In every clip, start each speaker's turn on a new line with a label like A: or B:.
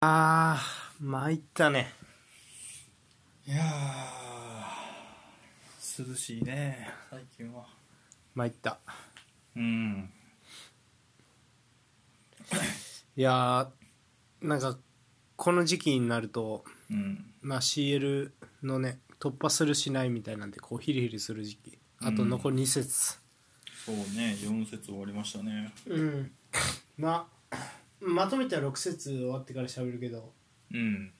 A: あー、参ったね。
B: いやー涼しいね最近は
A: 参った。
B: うん
A: いやー、なんか、この時期になると、
B: うん
A: まあ CL のね、突破するしないみたいなんで、こう、ヒリヒリする時期。あと
B: うん
A: 残り2節。
B: そうね4節終わりましたね
A: うん。まあ、まとめては6節終わってから喋るけど、
B: うん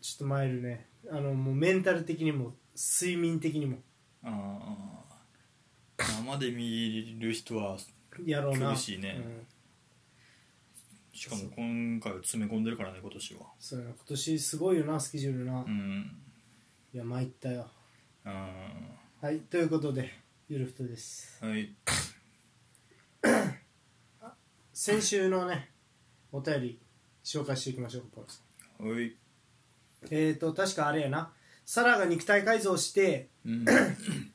A: ちょっと参るね。あの、もうメンタル的にも、睡眠的にも、
B: ああ生で見る人は
A: やろうな。
B: 苦しいね
A: うん
B: しかも今回は詰め込んでるからね今年は
A: そうやな今年すごいよな、スケジュールな。
B: う
A: い
B: ん
A: や、参ったよ。
B: あ
A: はい、ということで、ゆるふとです。
B: ーはい
A: 先週のねお便り紹介していきましょうポンさん
B: はい
A: えーと確かあれやなサラが肉体改造して
B: うん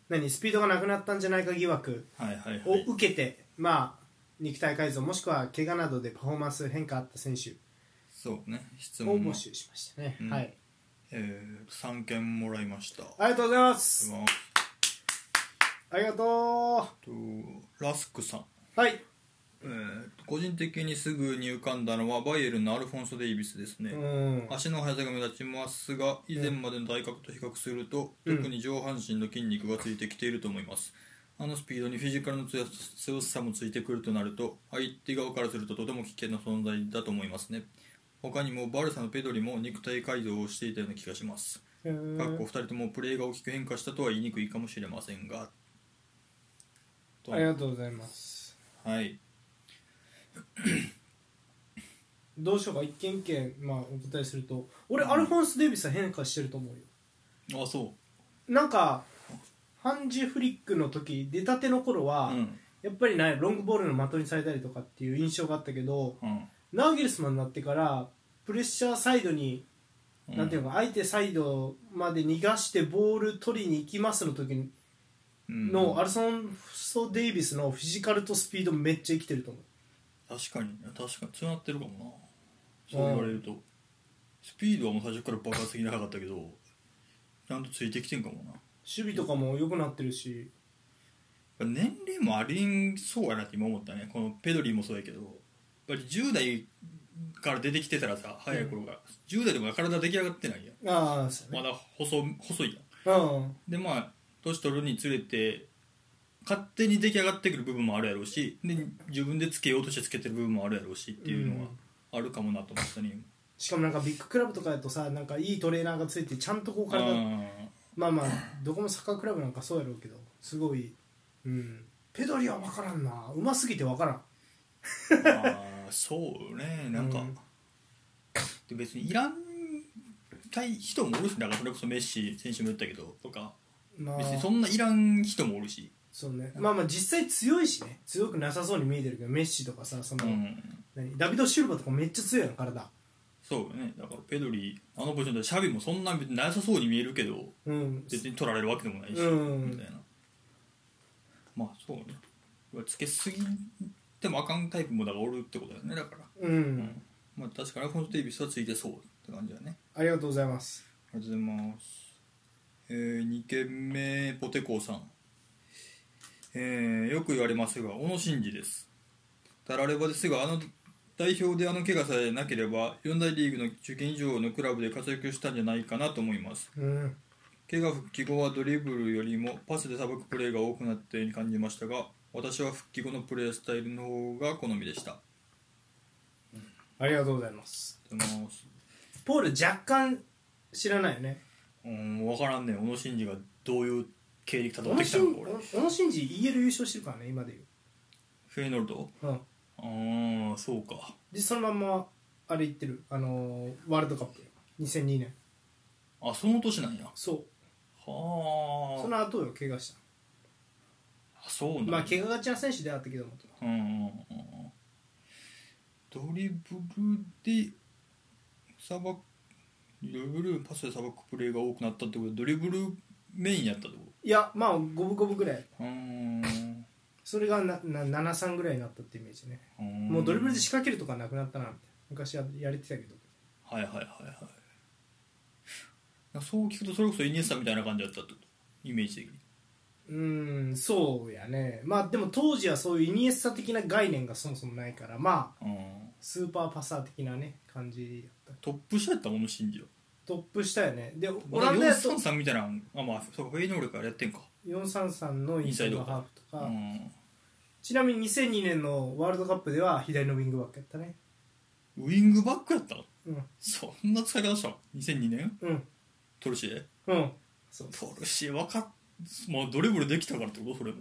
A: 何スピードがなくなったんじゃないか疑惑
B: はいはいは
A: を
B: い
A: 受けてまあ肉体改造もしくは怪我などでパフォーマンス変化あった選手
B: そうね質
A: を
B: 問
A: 募
B: も、
A: 集しましたね、
B: うん
A: はい
B: えー、3件もらいました
A: ありがとうございま
B: いき
A: す
B: ます
A: ありがと
B: とラスクさん
A: うはい
B: えー個人的にすぐに浮かんだのはバイエルンのアルフォンソ・デイビスですね、
A: うん
B: 足の速さが目立ちますが以前までの体格と比較すると、
A: うん
B: 特に上半身の筋肉がついてきていると思いますあのスピードにフィジカルの強さ強さもついてくるとなると相手側からするととても危険な存在だと思いますね他にもバルサのペドリも肉体改造をしていたような気がします
A: う
B: かっこ
A: ん
B: 2人ともプレーが大きく変化したとは言いにくいかもしれませんがと
A: ありがとうございます
B: はい
A: どうしようか一件一件、まあ、お答えすると俺アルフォンス・デイビスは変化してると思うよ
B: あそ
A: なんかハンジフリックの時出たての頃
B: う
A: は、
B: うん
A: やっぱりねロングボールの的にされたりとかっていう印象があったけど
B: うん
A: ナーゲルスマンになってからプレッシャーサイドに、なんていうのか相手サイドまで逃がしてボール取りに行きますの時
B: うん
A: の、アルソン・ソデイビスのフィジカルとスピードめっちゃ生きてると思う
B: 確かに確かにそうなってるかもなそう言われるとスピードはもう最初から爆発的に速かったけどちゃんとついてきてんかもなやっ
A: 守備とかも良くなってるし
B: ぱ年齢もありんそうやなって今思ったねこのペドリもそうやけどやっぱり10代から出てきてたらさ早い頃から、10代でも体出来上がってないやん
A: ああそうね
B: まだ細細いやん
A: うん
B: でまあ年取るにつれて勝手に出来上がってくる部分もあるやろうしで自分でつけようとしてつけてる部分もあるやろうしっていうのはあるかもなと思った ね、
A: しかもなんかビッグクラブとかだとさなんかいいトレーナーがついてちゃんとこう
B: 今
A: 体
B: うん
A: まあまあどこもサッカークラブなんかそうやろうけどすごい、うん、ペドリは分からんなうますぎて分からん
B: あーそうねなんか、
A: うん
B: で別にいらんたい人もおるしだからそれこそメッシ選手も言ったけどとか
A: まあ
B: 別にそんないらん人もおるし
A: そうねまあまあ実際強いしね強くなさそうに見えてるけどメッシとかさその、
B: うん
A: 何ダビド・シルバとかめっちゃ強いの体
B: そうよねだからペドリあのポジションでシャビもそんな別になさそうに見えるけど
A: うん
B: 別に取られるわけでもないし、
A: うん
B: みたいなまあそうねつけすぎてもあかんタイプもだからおるってことだよねだから、
A: うん、
B: うんまあ確かにアルフォンス・デイビスはついてそうって感じだね
A: ありがとうございます
B: ありがとうございます。えー、2軒目、ポテコーさん。えー、よく言われますが、小野真二です。たらればですが、あの、代表であの怪我さえなければ、4大リーグの中堅以上のクラブで活躍したんじゃないかなと思います。
A: うん
B: 怪我復帰後はドリブルよりもパスでさばくプレーが多くなったように感じましたが、私は復帰後のプレースタイルの方が好みでした。あ
A: ありがとうございます
B: りがとうございます。
A: ポール若干知らないよね
B: うん、わからんね。小野真二がどういう経歴た
A: 小
B: どっ
A: 野
B: てきたのか、俺。
A: 伸二 EL 優勝してるからね今で言
B: フェイノルド
A: う、うん、
B: ああそうか
A: でそのまんまあれ行ってるあのーワールドカップ2002年
B: あその年なんやは
A: そう
B: あ
A: その後よ怪我した
B: あそうなんや
A: まあ怪我がちな選手ではあったけども
B: うんうんうんうんドリブルでさばドリブルパスでさばくプレーが多くなったってことドリブルメインやったってこ
A: いやまあ五分五分ぐらい
B: とうーん
A: それがなな73ぐらいになったってイメージね
B: うーん
A: もうドリブルで仕掛けるとかなくなったなみたい昔ややれてたけど
B: はいはいはいはいそう聞くとそれこそイニエスタみたいな感じだったってことイメージ的に
A: うーんそうやねまあでも当時はそういうイニエスタ的な概念がそもそもないからまあ
B: うん
A: スーパーパサー的なね感じだった
B: トップ下やったもの信じよ
A: トップしたよねでオ
B: オ
A: ラ
B: ラ
A: ン
B: ン
A: ダ
B: ダ
A: や
B: や
A: と
B: みたいなのあまあそうかフェイノールからやってんか
A: 433のインサイドハーフと
B: う
A: か、
B: ん
A: ちなみに2002年のワールドカップでは左のウィングバックやったね
B: ウイングバックやったの
A: うん
B: そんな使い方したの2002年
A: うん
B: トルシエ
A: うんそう
B: トルシエわかっまあドリブルできたからってことそれも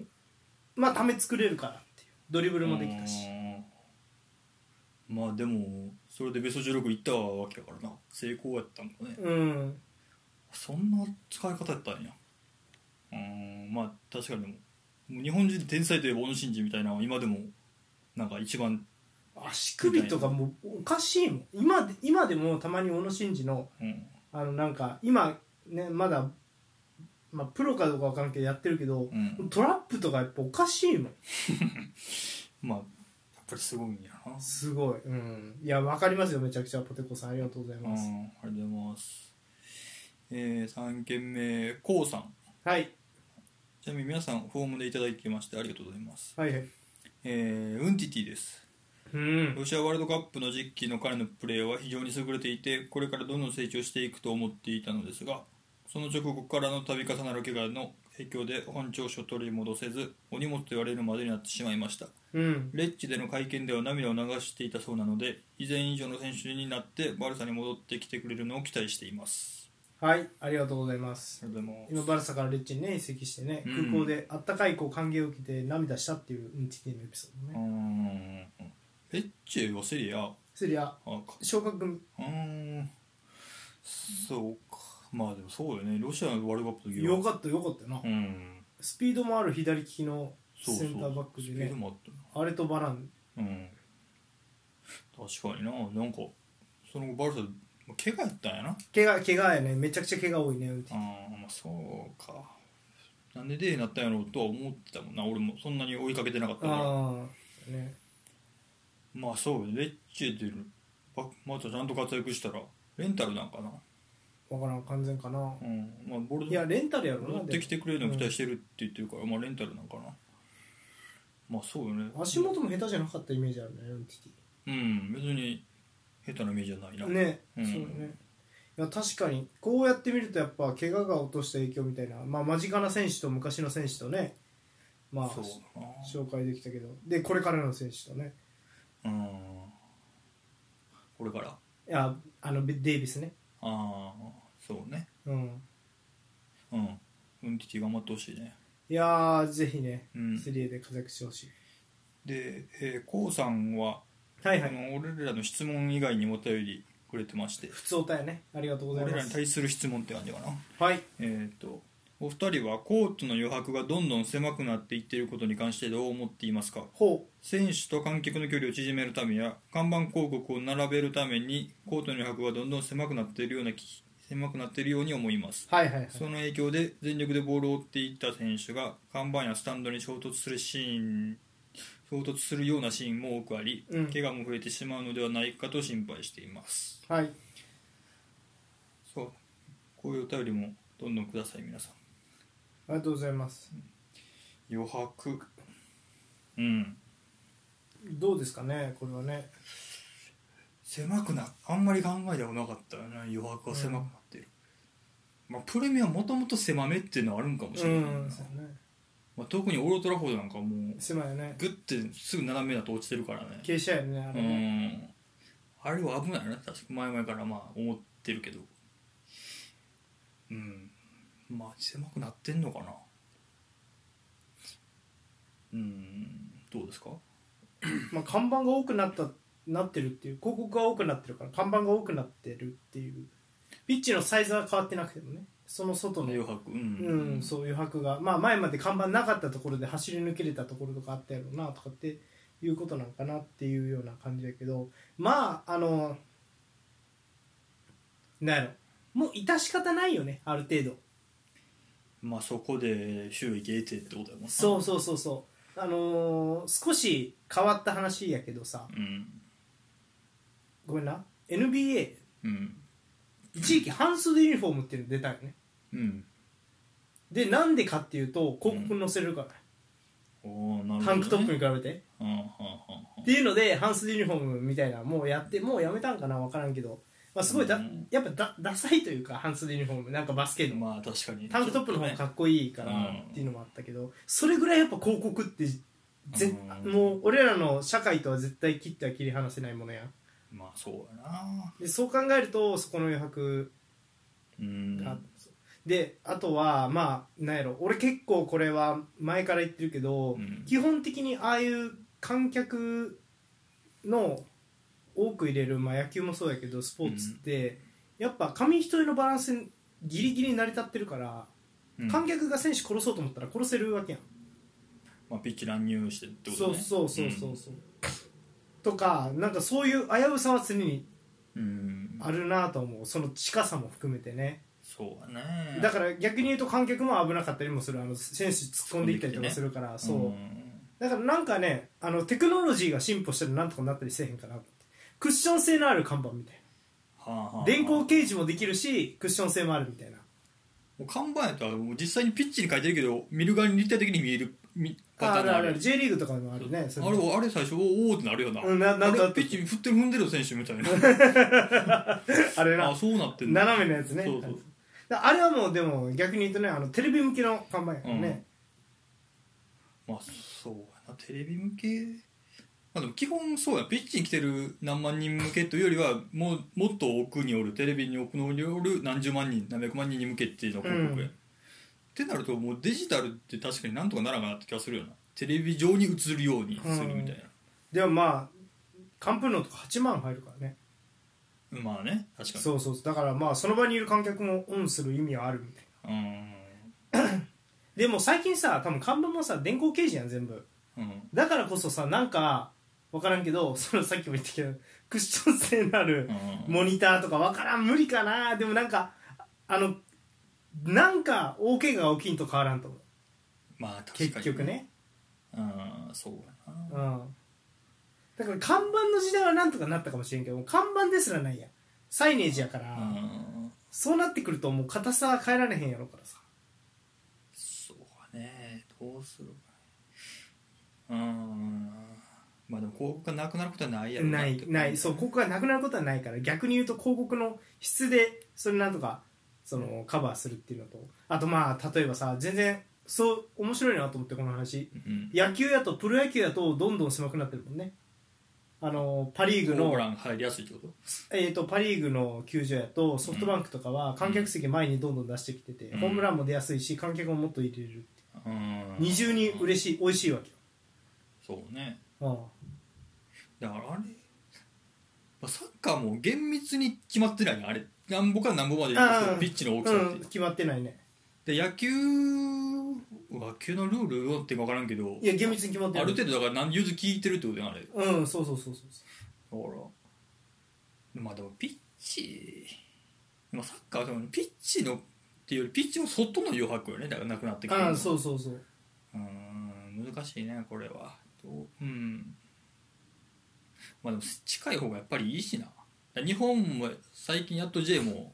A: まあため作れるからっていうドリブルもできたし
B: うんまあでもそれでベスト16いったわけやからな成功やったんだね
A: うん
B: そんな使い方やったんやうんまあ確かにでももう日本人天才といえば小野伸二みたいなのは今でもなんか一番
A: 足首とかもうおかしいもん今で今でもたまに小野伸二の
B: うん
A: あのなんか今ねまだ、まあ、プロかどうかわからんけどやってるけど、
B: うん
A: トラップとかやっぱおかしいもん
B: まあやっぱりすごいんやな
A: すごい、うん、いやわかりますよめちゃくちゃポテコさんありがとうござい
B: うんあ
A: ます、
B: りがとうございますえー、3件目こうさん
A: はい
B: ちなみに皆さんフォームでいただきましてありがとうございます
A: はいはい
B: えー、ウンティティです
A: うん
B: ロシアワールドカップの実機の彼のプレーは非常に優れていてこれからどんどん成長していくと思っていたのですがその直後からの度重なる怪我の影響で本調子を取り戻せずお荷物と言われるまでになってしまいました
A: うん
B: レッジでの会見では涙を流していたそうなので以前以上の選手になってバルサに戻ってきてくれるのを期待しています
A: はいありがとうございます
B: ありがとうござい
A: 今
B: ます
A: バルサからレッチにね移籍してね
B: うん
A: 空港であったかいこう歓迎を受けて涙したっていううんちてのエピソード
B: うー
A: ね
B: んレッチェはセリアあ
A: セリア
B: か
A: 昇格組
B: うーんそうかまあでもそうよねロシアのワールドカップの時は
A: よかったよかったよな、
B: うん
A: スピードもある左利きの
B: そうそう
A: センターバックで
B: スピード
A: ね
B: もあったな
A: あれとバラン
B: うん確かにななんかその後バルサまあ怪我やったんやな
A: 怪我怪我やねめちゃくちゃ怪我多いねうん
B: あーまあそうかなんでデーになったんやろうとは思ってたもんな俺もそんなに追いかけてなかったから
A: ああね
B: まあそうよねレッチェでバまたちゃんと活躍したらレンタルなんかな
A: 分からん完全かな
B: うんまあボル
A: いやレンタルやろな
B: 戻ってきてくれるのを期待してるって言ってるから、まあレンタルなんかなまあそうよね
A: うん足元も下手じゃなかったイメージあるねうんち
B: うん別に下手なイメージはないな、
A: ね、
B: うん
A: そうねいや確かにこうやってみるとやっぱ怪我が落とした影響みたいな、まあ、間近な選手と昔の選手とねまあ
B: そうだな
A: 紹介できたけどでこれからの選手とね
B: うんこれからあ
A: いやあのデイビスね
B: あそうね
A: うん
B: うんうんティティ頑張ってほしいね
A: いやーぜひね、
B: うん
A: セリエで活躍してほしい
B: で、えー、コウさんは、
A: はいは
B: あ
A: い
B: の俺らの質問以外にもお便りくれてまして
A: 普通歌やねありがとうござい
B: 俺
A: ま
B: らに
A: す
B: 対する質問って感じかな
A: はい
B: えっ、とお二人はコートの余白がどんどん狭くなっていっていることに関してどう思っていますか
A: ほ
B: 選手と観客の距離を縮めるためや看板広告を並べるためにコートの余白がどんどん狭くなっているような気狭くなっているように思います
A: うはいはいはい
B: その影響で全力でボールを追っていった選手が看板やスタンドに衝突するシーン衝突するようなシーンも多くあり、
A: うん
B: 怪我も増えてしまうのではないかと心配しています
A: はい
B: そうこういうお便りもどんどんください皆さん
A: ありがとうございます
B: 余白うん
A: どうですかねこれはね
B: 狭くなあんまり考えではなかったよな余白は狭くなってる、まあプレミアもともと狭めっていうのはあるんかもし
A: う
B: れないな、
A: んそうね
B: まあ、特にオールトラフォードなんかもう
A: 狭いよね
B: グッてすぐ斜めだと落ちてるからね
A: 傾斜やねあ
B: う
A: れね
B: んあれは危ないよな確か前々からまあ思ってるけどうんまあ狭くなってんのかなうんどうですか
A: まあ、看板が多くなったなってるっていう広告が多くなってるから看板が多くなってるっていうピッチのサイズは変わってなくてもねその外の、
B: 余白うん、
A: うん、そういう余白が、まあ、前まで看板なかったところで走り抜けれたところとかあったやろうなとかっていうことなんかなっていうような感じだけどまああのなんやろもう致し方ないよねある程度
B: まあそこで収益得てってことやもんな
A: そうそうそうそうあのー少し変わった話やけどさ、
B: うん
A: ごめんな NBA
B: うん
A: 一時期半袖ユニフォームっていうの出たよね
B: うん
A: でなんでかっていうと広告に載せれるから、
B: おーなるほど、ね、
A: タンクトップに比べて
B: はあはあはあ
A: っていうので半袖ユニフォームみたいなもうやってもうやめたんかな分からんけど、まあ、すごいだ、
B: うん
A: やっぱだダサいというか半袖ユニフォームなんかバスケの、
B: まあ確かに
A: タンクトップの方がかっこいいからっていうのもあったけど、それぐらいやっぱ広告ってぜ、
B: うん
A: もう俺らの社会とは絶対切っては切り離せないものやん
B: まあそうやな
A: でそう考えるとそこの余白
B: うん
A: があったんですよ、であとはまあなんやろ俺結構これは前から言ってるけど、
B: うん
A: 基本的にああいう観客の多く入れる、まあ、野球もそうやけどスポーツって、やっぱ紙一重のバランスにギリギリ成り立ってるから、
B: うん
A: 観客が選手殺そうと思ったら殺せるわけやん
B: まあ、ピッチ乱入してってこと
A: そう
B: ね
A: そうそうそうそう、とかなんかそういう危うさは常に
B: うん、うん
A: あるなと思うその近さも含めてね、
B: そうやね
A: だから逆に言うと観客も危なかったりもするあの選手突っ込んでいったりとかするから、そう、
B: うん
A: だからなんかねあのテクノロジーが進歩したらなんとかなったりせえへんかなってクッション性のある看板みたい
B: はあはあ、
A: な電光掲示もできるしクッション性もあるみたいな
B: もう看板やったらもう実際にピッチに書いてるけど見る側に立体的に見えるみ
A: ああるあるある
B: る
A: J リーグとかでもあるね
B: あ
A: そ
B: れ
A: れ
B: あれ最初おおってなるよな
A: うんななんか
B: あれピッチに振ってる踏んでる選手み たいな
A: あれ
B: あ
A: な
B: そうなってんだ
A: 斜めのやつね
B: そうそう
A: だあれはもうでも逆に言うとねあのテレビ向けの看板やからね、
B: まあそうやなテレビ向けまあでも基本そうやピッチに来てる何万人向けというよりはもうもっと奥におるテレビに奥におる何十万人何百万人に向けっていうのが広告や、
A: うん
B: ってなるともうデジタルって確かになんとかならんかなって気がするよなテレビ上に映るようにするみたい
A: でもまあカンプノとか8万入るからね
B: な、まあね確かに
A: そうそうそうだからまあその場にいる観客もオンする意味はあるみたいな
B: うん
A: でも最近さ多分看板もさ電光掲示やん全部
B: うん
A: だからこそさなんか分からんけどそのさっきも言ったけどクッション性のある
B: うん
A: モニターとか分からん無理かなでもなんかあのなんか大怪我が起きんと変わらんと思う
B: まあ確かに
A: 結局ね、
B: うんそうやな
A: うん、だから看板の時代はなんとかなったかもしれんけど看板ですらないやんサイネージやから、
B: うん
A: そうなってくるともう硬さは変えられへんやろからさ
B: そうねどうするかねうーんまあでも広告がなくなることはないやろ
A: ない
B: って
A: ないそう広告がなくなることはないから逆に言うと広告の質でそれなんとかそのカバーするっていうのとあとまあ例えばさ全然そう面白いなと思ってこの話
B: うん
A: 野球やとプロ野球やとどんどん狭くなってるもんねあのパ・リーグ
B: ホームラ
A: の、
B: ンが入りやすいってこと
A: えー、とパ・リーグの球場やとソフトバンクとかは観客席前にどんどん出してきてて、
B: うん
A: ホームランも出やすいし観客ももっと入れれるって二重に
B: しい
A: 嬉しい美味しいわけ
B: そうね
A: よ、
B: だからあれ、まあ、サッカーも厳密に決まってないねあれなんぼからなんぼまで行く
A: あー
B: ピッチの大き
A: う
B: さっ
A: ん
B: て、
A: うん、決まってないね
B: で野球野球のルールはって分からんけど
A: いや厳密に決まって
B: あ
A: ない
B: る程度だから何ゆず聞いてるってことやんあれだか
A: うんそうそうそうそう
B: らまあでもピッチまあサッカーはでもピッチのっていうよりピッチの外の余白よねだからなくなってくる
A: ああ
B: う
A: そうそうそう
B: ーん難しいねこれはどううんまあでも近い方がやっぱりいいしな日本も最近やっと J も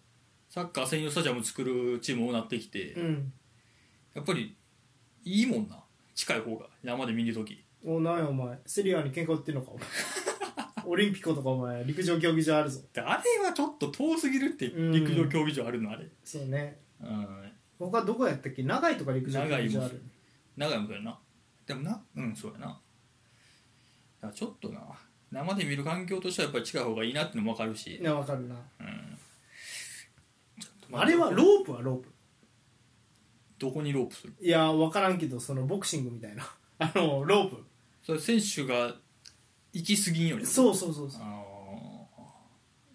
B: サッカー専用スタジアム作るチーム多くなってきて、
A: うん
B: やっぱりいいもんな近い方が山で見るとき
A: おなんやお前セリアに喧嘩売ってんのか お前オリンピコとかお前陸上競技場あるぞ
B: であれはちょっと遠すぎるって
A: うん
B: 陸上競技場あるのあれ
A: そうね
B: うん
A: 他どこやったっけ長井とか陸上競技場あ
B: 長井
A: る
B: 長いもんだよなでもなうんそうやなだからちょっとな生で見る環境としてはやっぱり近い方がいいなってのも分かるし、
A: ねわかるな
B: うんちょっとま
A: あれは
B: どこ
A: ロープはロープ
B: どこにロープする
A: いやわからんけどそのボクシングみたいな あのロープ
B: それ選手が行き過ぎんより
A: そうそうそう
B: あ
A: そう
B: の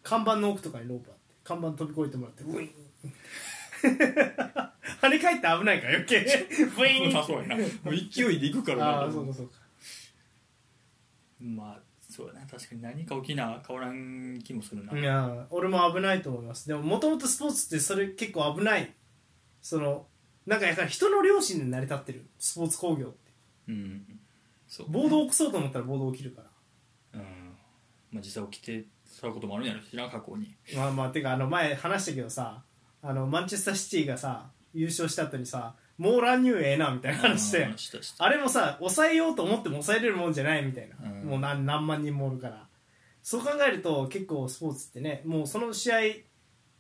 A: 看板の奥とかにロープあって看板飛び越えてもらってウィーン 跳ね返って危ないから余計 ブイー
B: ー
A: ン
B: まあそうやなもう勢いで行くからな
A: ああそうかそうか
B: まあそうやな確かに何か起きな変わらん気もするない
A: や俺も危ないと思いますでももともとスポーツってそれ結構危ないそのなんかやっぱり人の良心で成り立ってるスポーツ工業って
B: うんそう
A: 暴動を起こそうと思ったら暴動起きるから
B: うんまあ実際起きてそういうこともあるんやろしな過去 に
A: まあまあてかあの前話したけどさあのマンチェスターシティがさ優勝した後にさもう乱入ええなみたいな話して
B: うんしたした
A: あれもさ抑えようと思っても抑えれるもんじゃないみたいな、
B: うん
A: もう何何万人もおるからそう考えると結構スポーツってねもうその試合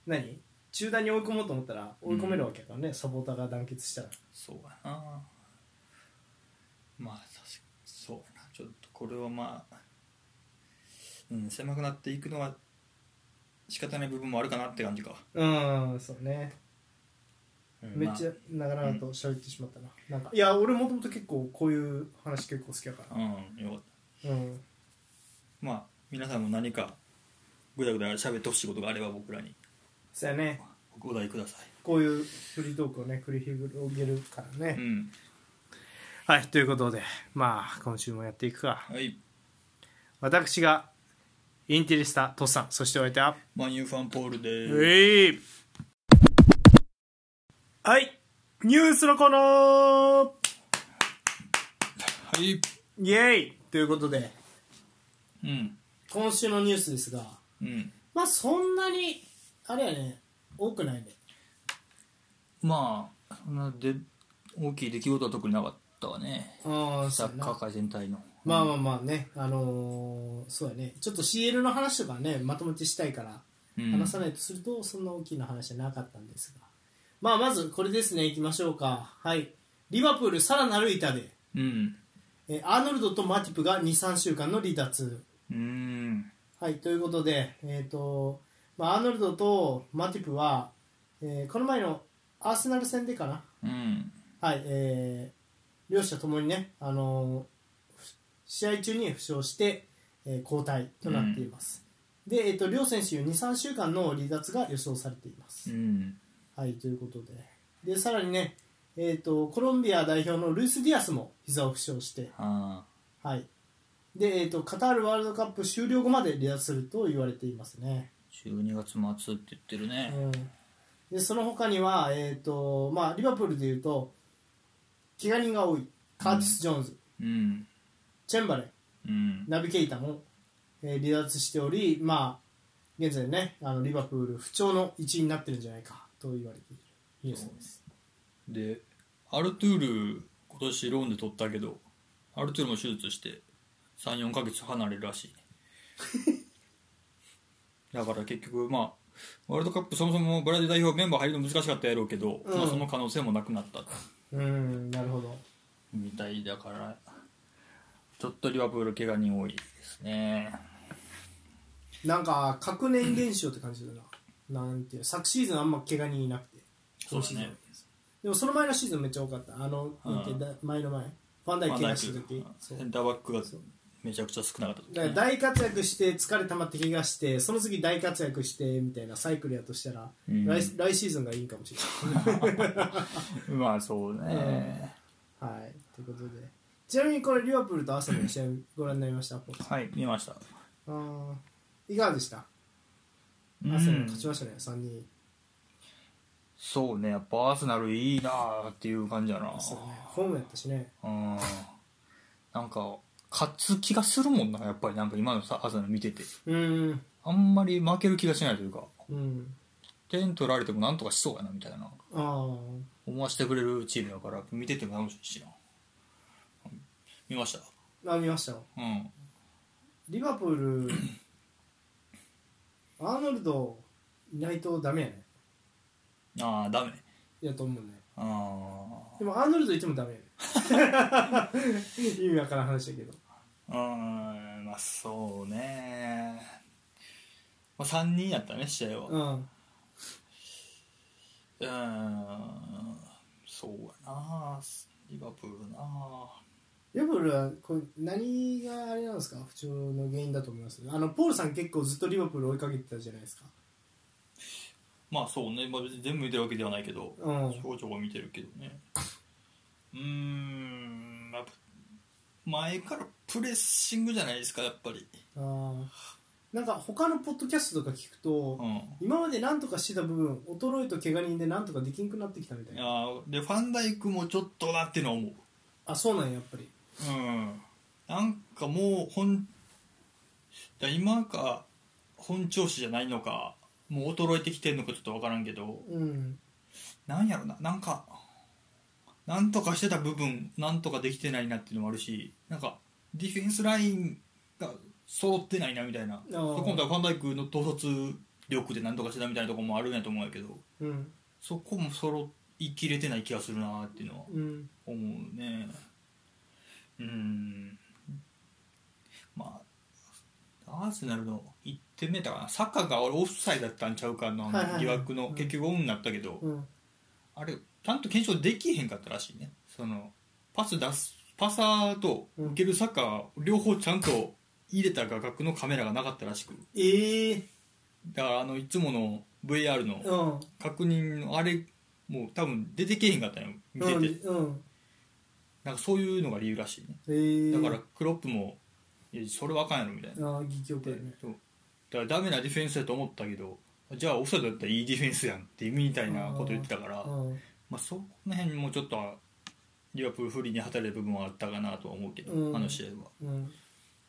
A: 何中断に追い込もうと思ったら追い込めるわけだからね、サポーターが団結したら
B: そうやなまあ確かそうやなちょっとこれはまあ、うん、狭くなっていくのは仕方ない部分もあるかなって感じか、
A: うんそうね
B: うん
A: めっちゃ長々と喋ってしまったな,、なんかいや俺もともと結構こういう話結構好きだか
B: まあうんよかった
A: らうん
B: まあ皆さんも何かぐだぐだ喋ってほしいことがあれば僕らに
A: そうやね
B: ご題くださ
A: こういうフリートークをね繰り広げるからね、
B: いうん
A: はいということでまあ今週もやっていくか
B: はい
A: 私がインテリスタトッさんそしてお相手は
B: マンユーファンポールで
A: う
B: ーす
A: えいはいニュースのコーナー
B: はい
A: イエイということで
B: うん
A: 今週のニュースですが
B: うん
A: まあそんなにあれやね多くないね
B: まあそんなで大きい出来事は特になかったわね
A: ああ
B: サッカー界全体の
A: まあまあまあねあのーそうやねちょっと CL の話とかねまとめてしたいから
B: うん
A: 話さないとするとそんな大きな話はなかったんですが、まあまずこれですねいきましょうかはいリバプールさらなる板で
B: うん
A: えーアーノルドとマティプが23週間の離脱
B: うん
A: はいということでえっ、とまあアーノルドとマティプは、えーこの前のアーセナル戦でかな
B: うん
A: はいえー両者ともにねあのーふ試合中に負傷して、えー交代となっています、で、えー、と両選手23週間の離脱が予想されています
B: うん
A: はい、ということで。で、さらにね、えっ、と、コロンビア代表のルイス・ディアスも膝を負傷して、
B: あ
A: はい。で、えっ、と、カタールワールドカップ終了後まで離脱すると言われていますね。
B: ー12月末って言ってる
A: う
B: ね
A: ん。で、その他には、えっ、と、まあ、リバプールでいうと、怪我人が多い。カーティス・ジョーンズ、
B: うん
A: チェンバレン、
B: うん
A: ナビケイタも、えー離脱しており、まあ、現在ね、あのリバプール不調の一員になってるんじゃないかと言われているニュースです。
B: でアルトゥール今年ローンで取ったけどアルトゥールも手術して34ヶ月離れるらしいだから結局まあワールドカップそもそもブラジル代表メンバー入るの難しかったやろうけど、
A: うん
B: まあその可能性もなくなった
A: うん、なるほど。
B: みたいだからちょっとリバプール怪我人多いですね
A: なんか各年現象って感じだな、なんていう昨シーズンあんま怪我人いなくて
B: そうだ
A: 今
B: ね
A: シーズンはでもその前のシーズンめっちゃ多かったあの、
B: うん
A: なんていうだ前の前ファンダイク怪我した時そ
B: セ
A: う
B: ンターバックがめちゃくちゃ少なかった時
A: だから大活躍して疲れ溜まって怪我してその次大活躍してみたいなサイクルやとしたら、
B: うん
A: 来来シーズンがいいんかもしれない
B: まあそうね、
A: はいということでちなみにこれリバプールとアーセナルの試合ご覧になりましたポールさん
B: はい見ました
A: あーいかがでした、アーセナル勝ちましたね3人
B: そうねやっぱアーセナルいいなーっていう感じやな
A: そうねホームやったしね
B: うんなんか勝つ気がするもんなやっぱりなんか今のさアーセナル見てて
A: うん
B: あんまり負ける気がしないというか
A: うん
B: 点取られてもなんとかしそうやなみたいな
A: あ
B: 思わせてくれるチームだから見てても楽しいしなうん見ました
A: ああ見ましたよ
B: うん
A: リバプールアーノルドいないとダメやね
B: ああダメ
A: やと思うね
B: あー
A: でもアーノルドいてもダメやね意味わからん話だけど
B: うーんまあそうねまあ3人やったね試合は
A: うん
B: うーんそうやなリバプールな
A: リバプールはこれ何があれなんですか不調の原因だと思いますあのポールさん結構ずっとリバプール追いかけてたじゃないですか
B: まあそうね、まあ、別に全部見てるわけではないけど、
A: うん
B: ちょこちょこ見てるけどねうーん、まあ、前からプレッシングじゃないですかやっぱり
A: あーなんか他のポッドキャストとか聞くと、
B: うん
A: 今まで何とかしてた部分衰えと怪我人で何とかできんくなってきたみたい
B: い
A: な
B: やーでファンダイクもちょっとなってのは思う
A: あそうなんややっぱり
B: うんなんかもうほんだ今か本調子じゃないのかもう衰えてきてんのかちょっと分からんけど
A: うん
B: なんやろななんかなんとかしてた部分なんとかできてないなっていうのもあるしなんかディフェンスラインが揃ってないなみたいな
A: あー
B: そ今度はファンダイクの統率力でなんとかしてたみたいなところもあるんやと思うんやけど
A: うん
B: そこも揃いきれてない気がするなっていうのは
A: うん
B: 思うねうんまあアーセナルの1点目だからサッカーが俺オフサイドだったんちゃうかのあ
A: はいはいは
B: の
A: い
B: 疑惑の、
A: うん
B: 結局オンになったけど、
A: うん
B: あれちゃんと検証できへんかったらしいねそのパス出すパサーと受けるサッカー、両方ちゃんと入れた画角のカメラがなかったらしく
A: ええ
B: だからあのいつもの VR
A: う
B: の
A: ん
B: 確認のあれもう多分出てけへんかったのよ見てて、
A: うんうん
B: なんかそういうのが理由らしいね
A: ええ
B: だからクロップも「いやそれわかんやろ」みたいな、
A: ああ技
B: で
A: だよね
B: そうだからダメなディフェンスだと思ったけどじゃあオフサイドだったらいいディフェンスやんっていうみたいなこと言ってたから
A: うん
B: まあ、その辺もちょっとリバプール不利に働いた部分はあったかなとは思うけど、
A: うん
B: あの試合は、
A: うん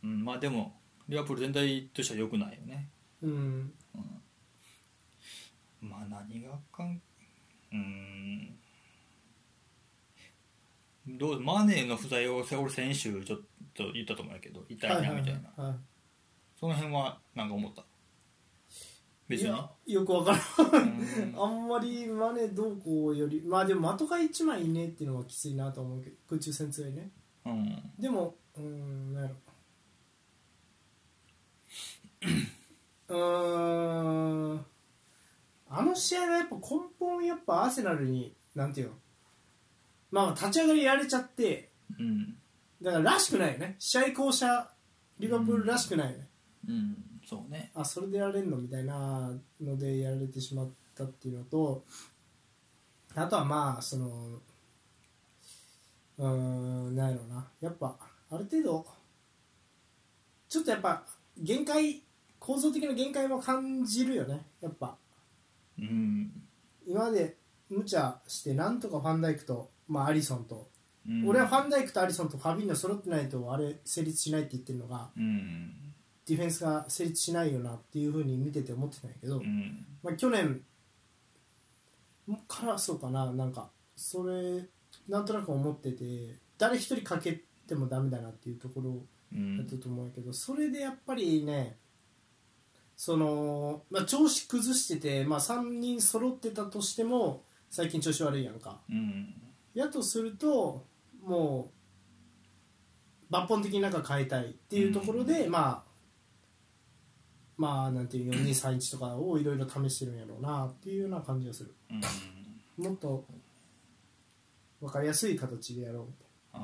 B: うん、まあでもリバプール全体としては良くないよね
A: うん
B: まあ何があかんうーんどうマネーの不在を俺先週ちょっと言ったと思うんやけど痛いなみたいな、
A: はいはいはい
B: その辺はなんか思った別
A: い
B: に
A: やよくわからん
B: うん
A: あんまりマネどうこうよりまあでも的が一枚いねえっていうのはきついなと思うけど空中戦強いね
B: うん
A: でもうーんなんやろうーんあの試合はやっぱ根本やっぱアーセナルになんていうのまあ立ち上がりやられちゃって
B: うん
A: だかららしくないよね試合巧者リバプールらしくないよね、
B: うんそうね
A: あそれでやられるのみたいなのでやられてしまったっていうのとあとはまあそのうーんなんやろうなやっぱある程度ちょっとやっぱ限界構造的な限界も感じるよねやっぱ
B: うん
A: 今まで無茶してなんとかファンダイクと、まあ、アリソンと、
B: うん
A: 俺はファンダイクとアリソンとファビーニョ揃ってないとあれ成立しないって言ってるのが
B: うん
A: ディフェンスが成立しないよなっていうふうに見てて思ってたんやけど、
B: うん
A: まあ、去年からそうかななんかそれなんとなく思ってて誰一人かけてもダメだなっていうところ
B: うん
A: だったと思うんやけどそれでやっぱりねその、まあ、調子崩してて、まあ、3人揃ってたとしても最近調子悪いやんか
B: うん
A: やとするともう抜本的になんか変えたいっていうところで、まあまあなんていう4231とかをいろいろ試してるんやろうなっていうような感じがする
B: うん
A: もっと分かりやすい形でやろ
B: あー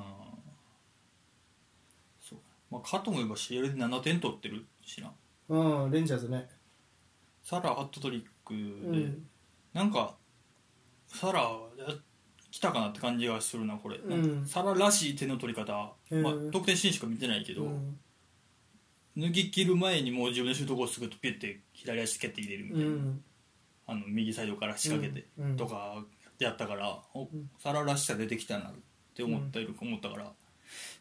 B: そうまあ、かと思えば CL で7点取ってるしな
A: うとうんレンジャーズね
B: サラハットトリック
A: う
B: で、
A: ん
B: なんかサラや来たかなって感じがするなこれ、
A: うん
B: サラらしい点の取り方、
A: うん
B: まあ、得点シーンしか見てないけど、
A: うん
B: 脱ぎ切る前にもう自分のシュートコースすぐピュッて左足蹴って入れるみた
A: う
B: いな、
A: ん
B: あの右サイドから仕掛けて
A: うん
B: とかやったから、お
A: ん
B: サラらしさ出てきたなって思った,、思ったから、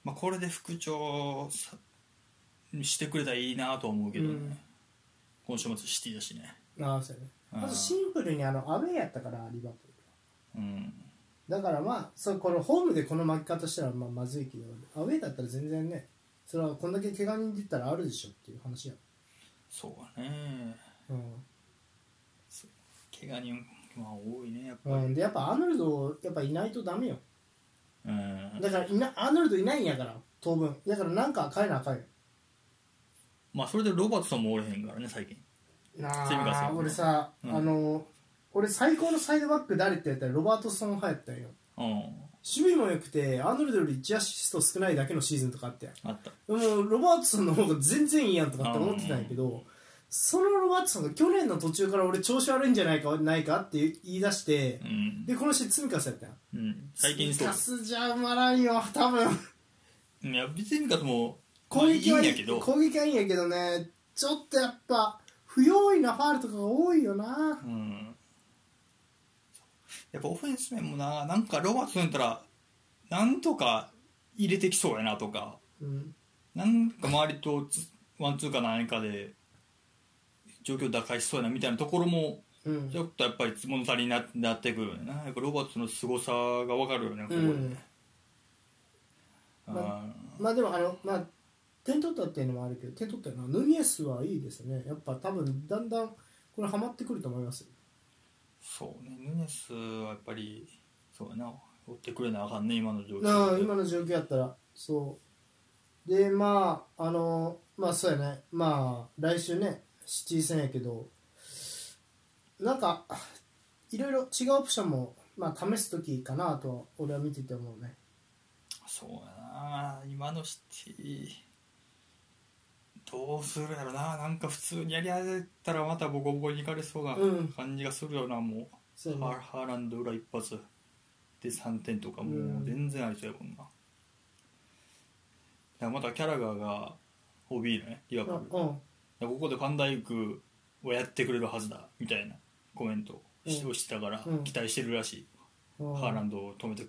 B: まあ、これで復調さしてくれたらいいなとは思うけどね、
A: うん
B: 今週末シティだしね、
A: ああそうやね
B: うん
A: あとシンプルにあのアウェーやったからリバプール
B: うん、
A: だからまあそうこのホームでこの負け方したらまあまずいけどアウェーだったら全然ねそれはこんだけ怪我人出たらあるでしょっていう話や、
B: そうだね
A: う
B: 怪我人まあ多いねやっぱ
A: んうん、でやっぱアーノルドやっぱいないとダメよ
B: うん
A: だからいなアーノルドいないんやから当分だからなんか変えなあかんよ
B: まあそれでロバートさんもおれへんからね最近
A: な
B: セミがそう
A: あ
B: ね
A: 俺さ、
B: うん
A: あの俺最高のサイドバック誰って言ったらロバートソン派やったんよ
B: うん
A: 守備も良くてアーノルドより1アシスト少ないだけのシーズンとかあって
B: あった
A: もうロバートソンの方が全然いいやんとかって思ってたんやけどそのロバートソンが去年の途中から俺調子悪いんじゃないかないかって言い出して
B: うん、
A: でこの試合積み重ねたやん
B: うん、最近そう
A: 積み重じゃ埋まらんよ多分
B: うんいや別にかとも
A: 攻撃
B: ま
A: は
B: あ、い
A: い
B: い
A: い
B: んやけど
A: 攻撃はいいんやけどねちょっとやっぱ不用意なファールとかが多いよな
B: うんやっぱオフェンス面もななんかロバートソンやったらなんとか入れてきそうやなとか
A: うん
B: なんか周りとつワンツーか何かで状況打開しそうやなみたいなところも
A: うん
B: ちょっとやっぱり物足りななってくるよねやっぱロバーツの凄さが分かるよねここ
A: う
B: で、
A: ん、
B: あー
A: まあでもあのまあ点取ったっていうのもあるけど点取ったよなヌニエスはいいですねやっぱ多分だんだんこれハマってくると思います
B: そうねヌネスはやっぱりそうやな追ってくれなあかんね今の状
A: な
B: 況
A: あ今の状況やったらそうでまああのまあそうやねまあ来週ねシティ戦やけどなんかいろいろ違うオプションも、まあ、試す時かなとは俺は見てて思うね
B: そうやな今のシティどうするやろななんか普通にやり合えたらまたボコボコにいかれそうな
A: うん
B: 感じがするよな、も
A: そう
B: う
A: や
B: ハー
A: ね
B: ハーランド裏一発で3点とかもう全然ありそうやもんな、だからまたキャラガーが OB ねリバプー
A: あ
B: ル
A: うん
B: だからここでファンダイクはやってくれるはずだみたいなコメントをし
A: うん
B: をしてたから
A: うん
B: 期待してるらしい、
A: うん
B: ハーランドを止めて
A: い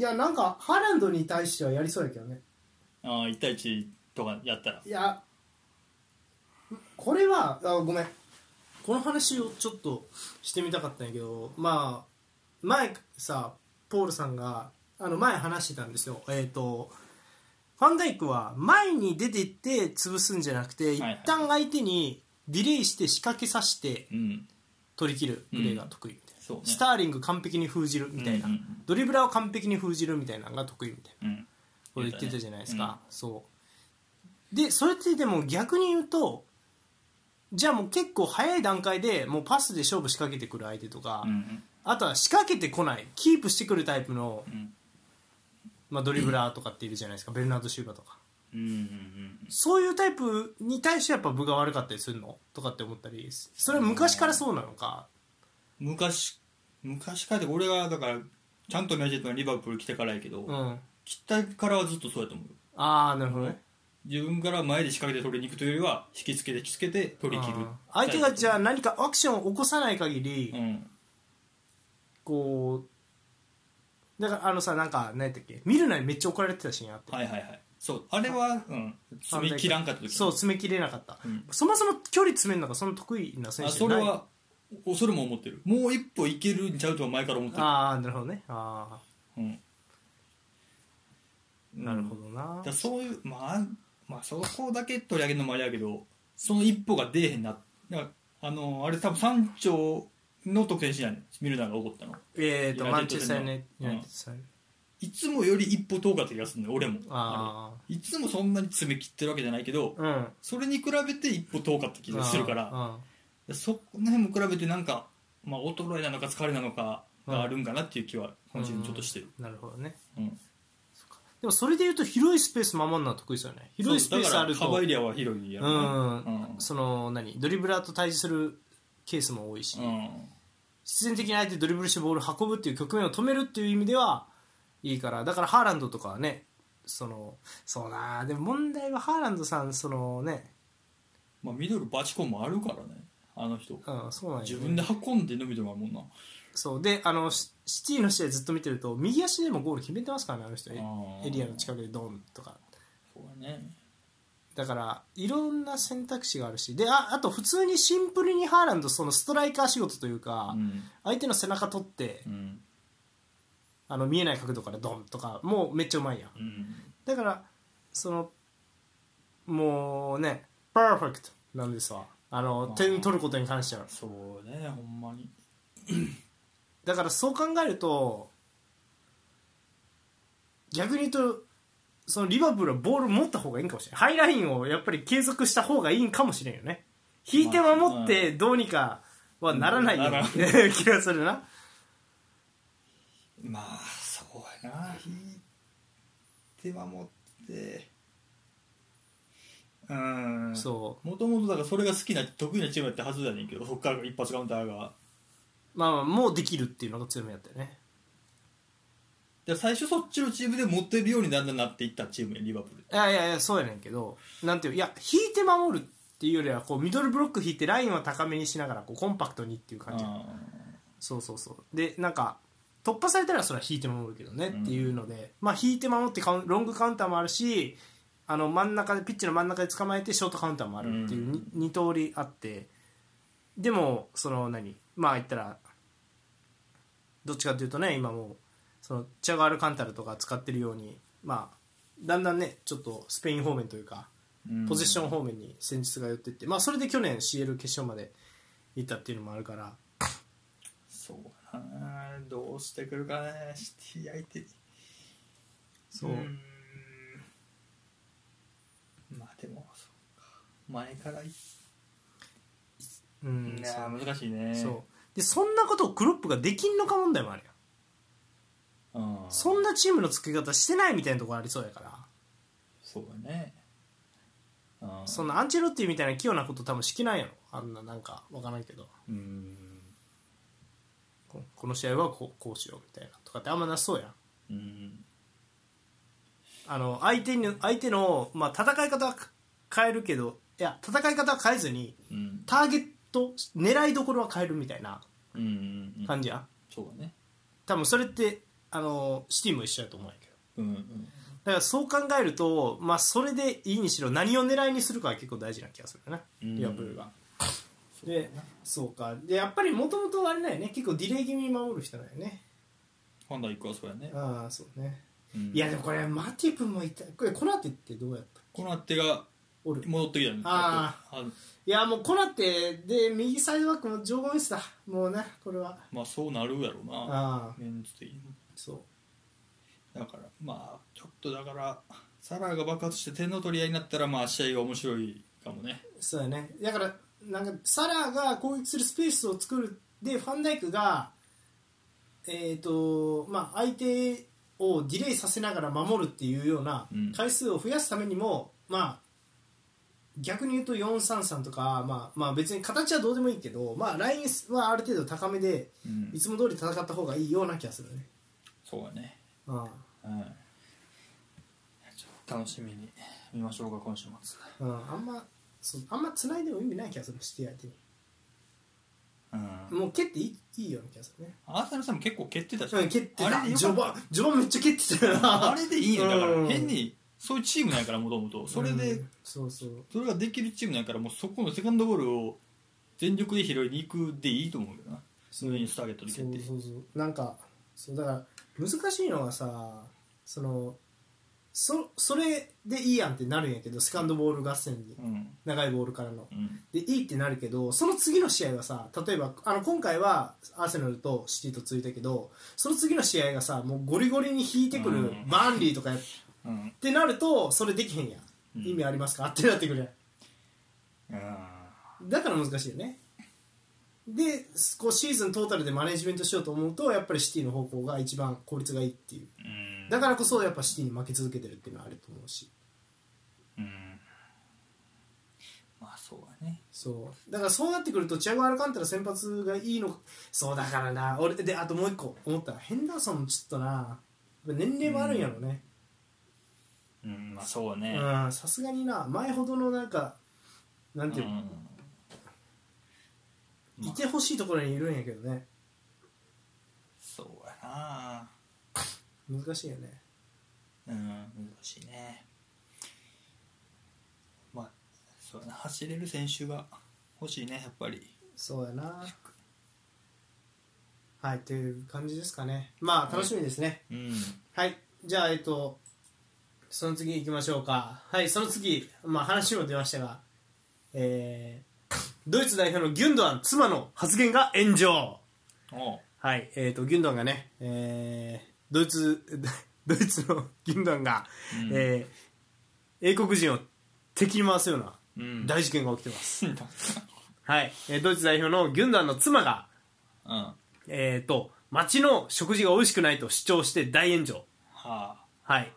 A: やなんかハーランドに対してはやりそうやけどね
B: ああ1対1とかやったら
A: いやこれはあごめんこの話をちょっとしてみたかったんやけどまあ前さポールさんがあの前話してたんですよえっ、とファンダイクは前に出てって潰すんじゃなくて
B: い
A: 一
B: はい
A: 旦相手にディレイして仕掛けさせて
B: うん
A: 取り切るプレーが得意みたいな、
B: そうね
A: スターリング完璧に封じるみたいな、
B: うんうんうん
A: ドリブラーを完璧に封じるみたいなのが得意みたいな
B: うん
A: これ言ってたじゃないです
B: うん
A: か、そうでそれってでも逆に言うとじゃあもう結構早い段階でもうパスで勝負仕掛けてくる相手とか、
B: うん
A: あとは仕掛けてこないキープしてくるタイプの、
B: うん
A: まあ、ドリブラーとかっているじゃないですか、ベルナード・シューバーとか
B: うんうんうん
A: そういうタイプに対してやっぱ分が悪かったりするのとかって思ったりそれは昔からそうなのか、
B: 昔昔からって俺がだからちゃんと見始めたのはリバプール来てからやけど、
A: うん、あ
B: 来たからはずっとそうやと思う
A: あーなるほどね
B: 自分から前で仕掛けて取りに行くというよりは引きつけて引きつけて取り切る
A: あー相手がじゃあ何かアクションを起こさない限り、
B: うん
A: こうだからあのさなんか何やったっけ見るなにめっちゃ怒られてたシーンあって、
B: はいはいはいそうあれはうん積み切らんかった時
A: そう詰め切れなかった、
B: うん
A: そもそも距離詰めるのがそんな得意な選
B: あ
A: 手じゃ
B: そ
A: な
B: れ
A: い
B: はおそれも思ってるもう一歩いけるんちゃうとは前から思ってる
A: ああなるほどねあ
B: うん、
A: あなるほどな
B: だからそういうまあまあそこだけ取り上げるのもあれやけどその一歩が出えへんなだからあのあれ多分山頂の得点しないミルナーが怒ったの
A: えっ、と
B: ユナ
A: マ
B: イ
A: ンチ
B: テッ
A: ェ
B: ド
A: ス
B: 戦
A: ター
B: の
A: ユナイテユナ
B: うん
A: イテッド戦
B: いつもより一歩遠かった気がするね俺も
A: あ
B: あれいつもそんなに詰め切ってるわけじゃないけど
A: あうん
B: それに比べて一歩遠かった気がするから
A: あ
B: そこら辺も比べてなんか、まあ、衰えなのか疲れなのかがあるんかなっていう気は
A: ー
B: 今シーズンちょっとしてる、
A: うんなるほどね
B: うん
A: でもそれで言うと広いスペース守るのは得意ですよね広いスペースある
B: そうだからカ
A: と
B: バイリアは広いや
A: う
B: ろ
A: ん、
B: うん
A: その何ドリブラーと対峙するケースも多いし、
B: うん
A: 必然的に相手ドリブルしてボールを運ぶっていう局面を止めるっていう意味ではいいからだからハーランドとかはねそのそうなあでも問題はハーランドさんそのね
B: まあミドルバチコンもあるからねあの人
A: うんそうなんよね
B: 自分で運んで伸びてもあるもんな
A: そうであのシシティの試合ずっと見てると右足でもゴール決めてますからねあの人
B: あー
A: エリアの近くでドンとか
B: そうだね
A: だからいろんな選択肢があるしでああと普通にシンプルにハーランドそのストライカー仕事というか、
B: うん
A: 相手の背中取って
B: うん
A: あの見えない角度からドンとかもうめっちゃうまいやん
B: うん
A: だからそのもうねパーフェクトなんですわあの
B: あー
A: 点取ることに関しては
B: そうねほんまに
A: だからそう考えると逆に言うとそのリバプールはボール持った方がいいんかもしれないハイラインをやっぱり継続した方がいいんかもしれんよね引いて守ってどうにかはならないような
B: なら
A: 気がするな
B: まあそうやな引いては持ってうん
A: そ
B: もともとだからそれが好きな得意なチームやったはずだねんけどそっから一発カウンターがだか
A: うまあまあもうできるっていうのが強みだったよね
B: ら最初そっちのチームで持ってるようにだんだんなっていったチームやリバプール
A: いやいやいやそうやねんけどなんていういや引いて守るっていうよりはこうミドルブロック引いてラインは高めにしながらこうコンパクトにっていう感じ
B: あ
A: そうそうそうでなんか突破されたらそれは引いて守るけどねっていうので、まあ引いて守ってカウンロングカウンターもあるしあの真ん中でピッチの真ん中で捕まえてショートカウンターもあるっていう
B: うん
A: 2,、二通りあってでもその何まあ言ったらどっちかというとね今もうそのチャガール・カンタルとか使ってるようにまあだんだんねちょっとスペイン方面というか
B: うん
A: ポジション方面に戦術が寄ってって、まあ、それで去年 CL 決勝まで行ったっていうのもあるから
B: そうだなどうしてくるかねシティ相手に
A: そう、
B: ーんまあでもそうか前からい
A: うん
B: い
A: そう
B: や難しいね
A: そうでそんなことをクロップができんのか問題もあるよ
B: うん
A: そんなチームの作り方してないみたいなところありそうやから
B: そうだねうん
A: そんなアンチェロッティみたいな器用なこと多分しきないやろあんななんかわからんけど
B: うん
A: ここの試合はこうこうしようみたいなとかってあんまなさそうやん
B: うん
A: あの相手に相手の、まあ、戦い方は変えるけどいや戦い方は変えずに
B: うん
A: ターゲット狙いどころは変えるみたいな
B: うんうん
A: 感じやん
B: そうだね
A: 多分それってあのシティも一緒やと思うんやけど
B: うんうん
A: だからそう考えると、まあ、それでいいにしろ何を狙いにするかは結構大事な気がするよね
B: うん
A: リアプールが。
B: そうだ
A: で
B: な
A: そうかでやっぱりもともとあれだよね結構ディレイ気味に守る人だよね
B: ファンダイクはそうやね
A: ああそうね
B: うん
A: いやでもこれマティプもいたこれコナテってどうやった
B: コナテが
A: おる
B: 戻ってきたよね
A: あいやもうコナテで右サイドバックも上手スだもうねこれは
B: まあそうなるやろうな
A: ああ
B: メンツ的に
A: そ
B: だからまあちょっとだからサラーが爆発して点の取り合いになったらまあ試合が面白いかもね
A: うそうだねだからなんかサラーが攻撃するスペースを作るでファンダイクがえっ、とまあ相手をディレイさせながら守るっていうような
B: うん
A: 回数を増やすためにも、まあ逆に言うと433とか、まあ、まあ別に形はどうでもいいけど、まあ、ラインはある程度高めで
B: うん
A: いつも通り戦った方がいいような気がするね。
B: そうだね
A: うん
B: うんちょっと楽しみに見ましょうか今週末
A: うん、あんまそうあんま繋いでも意味ない気がするシティ相手に
B: うん
A: もう蹴っていいいいような気がするね
B: アーサルさんも結構蹴ってたじゃん
A: うん蹴ってた
B: あれでよ
A: 序
B: か
A: 盤序盤めっちゃ蹴ってたよな
B: あれでいいんやだか
A: うん
B: ら変にそういうチームなんやからもともとそれで
A: うんそうそう
B: それができるチームなんやからもうそこのセカンドボールを全力で拾いに行くでいいと思うけどな
A: そう
B: 上にスターゲットに蹴
A: そ
B: っ
A: う
B: て
A: そうそうなんかそうだから難しいのはさそのそそれでいいやんってなるんやけどセカンドボール合戦に
B: うん
A: 長いボールからの
B: うん
A: でいいってなるけどその次の試合はさ例えばあの今回はアーセナルとシティと続いたけどその次の試合がさもうゴリゴリに引いてく
B: う
A: る
B: ん
A: バーンリーとかやっ
B: うん
A: てなるとそれできへんやん、
B: うん
A: 意味ありますかってなってくるや
B: あ
A: んだから難しいよねでこうシーズントータルでマネジメントしようと思うとやっぱりシティの方向が一番効率がいいっていう
B: ーうん
A: だからこそやっぱシティに負け続けてるっていうのはあると思うし
B: うんまあそうだね
A: そうだからそうなってくるとチアゴ・アルカンタラ先発がいいのそうだからな俺であともう一個思ったヘンダーソンもちょっとなやっぱ年齢もあるんやろね
B: うんまあそうだね
A: うんさすがにな前ほどのなんかなんていうの、
B: うん
A: いてほしいところにいるんやけどね
B: そうやな
A: 難しいよね
B: うん難しいねまあそうやな走れる選手が欲しいねやっぱり
A: そうやなはいという感じですかねまあ楽しみですね
B: うん
A: はいじゃあえっとその次行きましょうかはいその次まあ話にも出ましたがえードイツ代表のギュンドアン妻の発言が炎上
B: おう
A: はい、えー、とギュンドアンがね、えードイツ ドイツのギュンドアンが、
B: うん
A: えー英国人を敵に回すような
B: うん
A: 大事件が起きてます、
B: うん
A: はい、えードイツ代表のギュンドアンの妻が、
B: は
A: えー、と町の食事が美味しくないと主張して大炎上、
B: あ
A: はい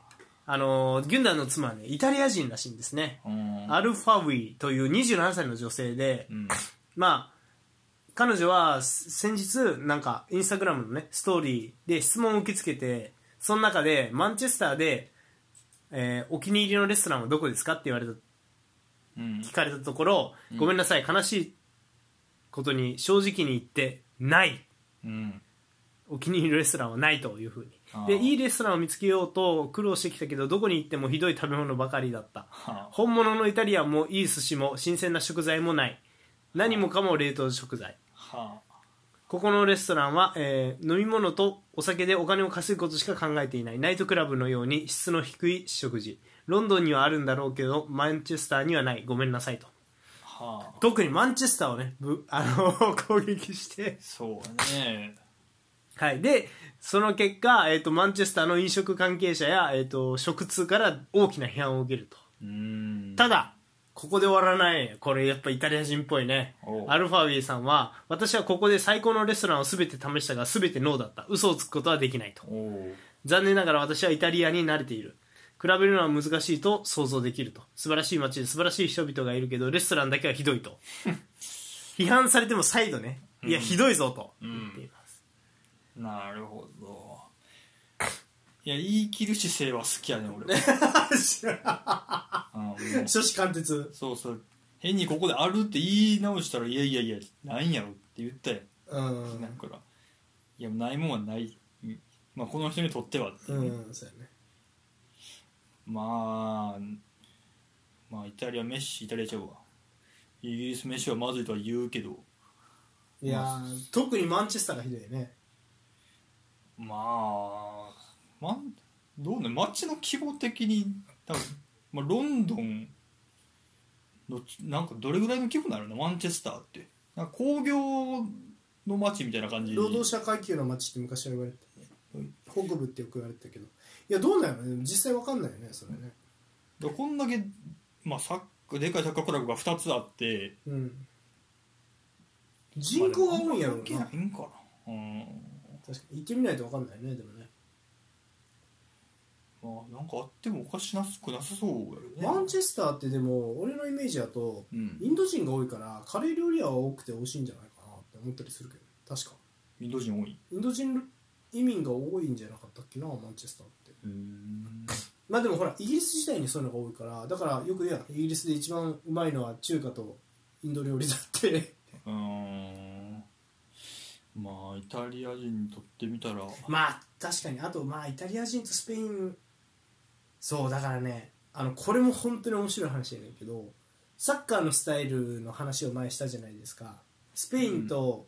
A: あのーギュンドアンの妻は、ね、イタリア人らしいんですね、
B: うん
A: アルファウィという27歳の女性で、
B: うん
A: まあ彼女はす先日なんかインスタグラムのねストーリーで質問を受け付けてその中でマンチェスターで、えーお気に入りのレストランはどこですかって言われた
B: うん
A: 聞かれたところ、
B: ん
A: ごめんなさい悲しいことに正直に言ってない
B: うん
A: お気に入りのレストランはないというふうに
B: あ
A: で
B: ー
A: いいレストランを見つけようと苦労してきたけどどこに行ってもひどい食べ物ばかりだった
B: は
A: 本物のイタリアンもいい寿司も新鮮な食材もない何もかも冷凍食材
B: あはあ
A: ここのレストランは、えー飲み物とお酒でお金を稼ぐことしか考えていないナイトクラブのように質の低い食事ロンドンにはあるんだろうけどマンチェスターにはないごめんなさいと
B: はあ
A: 特にマンチェスターをねぶあの 攻撃して
B: そうね
A: はい、でその結果、えー、とマンチェスターの飲食関係者や、えー、と食通から大きな批判を受けると
B: うん
A: ただここで終わらないこれやっぱイタリア人っぽいね
B: おう
A: アルファウェイさんは私はここで最高のレストランを全て試したが全てノーだった嘘をつくことはできないと
B: おう
A: 残念ながら私はイタリアに慣れている比べるのは難しいと想像できると素晴らしい街で素晴らしい人々がいるけどレストランだけはひどい と批判されても再度ねいや、ひどいぞと言っています、
B: なるほどいや言い切る姿勢は好きやね俺は、 うん、もう
A: 書士貫徹
B: そうそう変にここで「ある」って言い直したら「いやいやいやないんやろ」って言ったや
A: うん
B: だ
A: ん、
B: からいやないもんはない、うんまあ、この人にとってはっていううね、
A: ん、そうやね
B: まあまあイタリア飯イタリアちゃうわイギリス飯はまずいとは言うけど
A: いやー特にマンチェスターがひどいね
B: まあまんどうね街の規模的に多分、まあ、ロンドンのなんかどれぐらいの規模なのなマンチェスターってなんか工業の街みたいな感じ
A: 労働者階級の街って昔は言われてたね北部ってよく言われてたけどいやどうなのね実際わかんないよねそれね
B: だからこんだけ、まあ、サッカーでかいサッカークラブが2つあって
A: うん人口が多いんやろうな
B: まあでも関係ないんかなうん
A: 確かに行ってみないとわかんないねでもね
B: まあなんかあってもおかしなくなさそうや
A: マ
B: ろ
A: ン
B: ね
A: チェスターってでも俺のイメージだと
B: うん
A: インド人が多いからカレー料理屋は多くて美味しいんじゃないかなって思ったりするけど確か
B: インド人多い
A: インド人移民が多いんじゃなかったっけなマンチェスターってまあでもほらイギリス自体にそういうのが多いからだからよく言うやんイギリスで一番うまいのは中華とインド料理だって
B: うーんまあイタリア人にとってみたら
A: まあ確かにあとまあイタリア人とスペインそうだからねあのこれも本当に面白い話やねんけどサッカーのスタイルの話を前にしたじゃないですかスペインと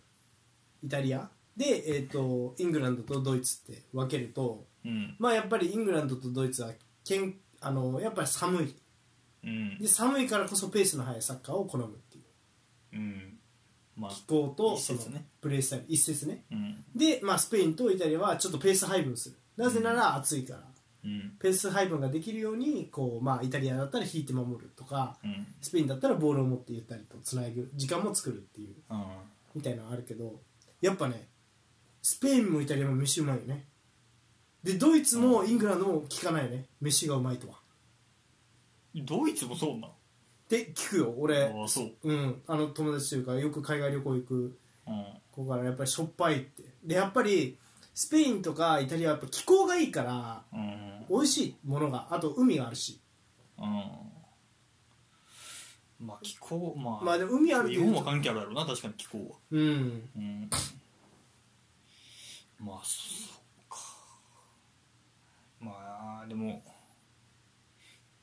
A: イタリアで、えー、とイングランドとドイツって分けると
B: うん
A: まあやっぱりイングランドとドイツはけんあのやっぱり寒い
B: うん
A: で寒いからこそペースの速いサッカーを好むっていう
B: うんまあ
A: 気候と
B: 一
A: そ
B: 節
A: の
B: ね
A: プレースタイル一節ね
B: うん
A: で、まあ、スペインとイタリアはちょっとペース配分するなぜなら暑いから、
B: うん
A: ペース配分ができるようにこう、まあ、イタリアだったら引いて守るとか
B: うん
A: スペインだったらボールを持ってゆったりとつなぐ時間も作るっていう
B: あ
A: みたいなのあるけどやっぱねスペインもイタリアも飯うまいよねでドイツもイングランドも聞かないよね飯がうまいとは
B: ードイツもそうな
A: って聞くよ俺
B: のああそう
A: うんあの友達というかよく海外旅行行く
B: うん
A: 子からやっぱりしょっぱいってでやっぱりスペインとかイタリアはやっぱ気候がいいから
B: うん
A: 美味しいものがあと海があるし
B: うんまあ気候まあ
A: まあでも海ある
B: 日
A: と
B: 本は関係あるやろうな確かに気候は
A: うん
B: うんまあそうかまあでも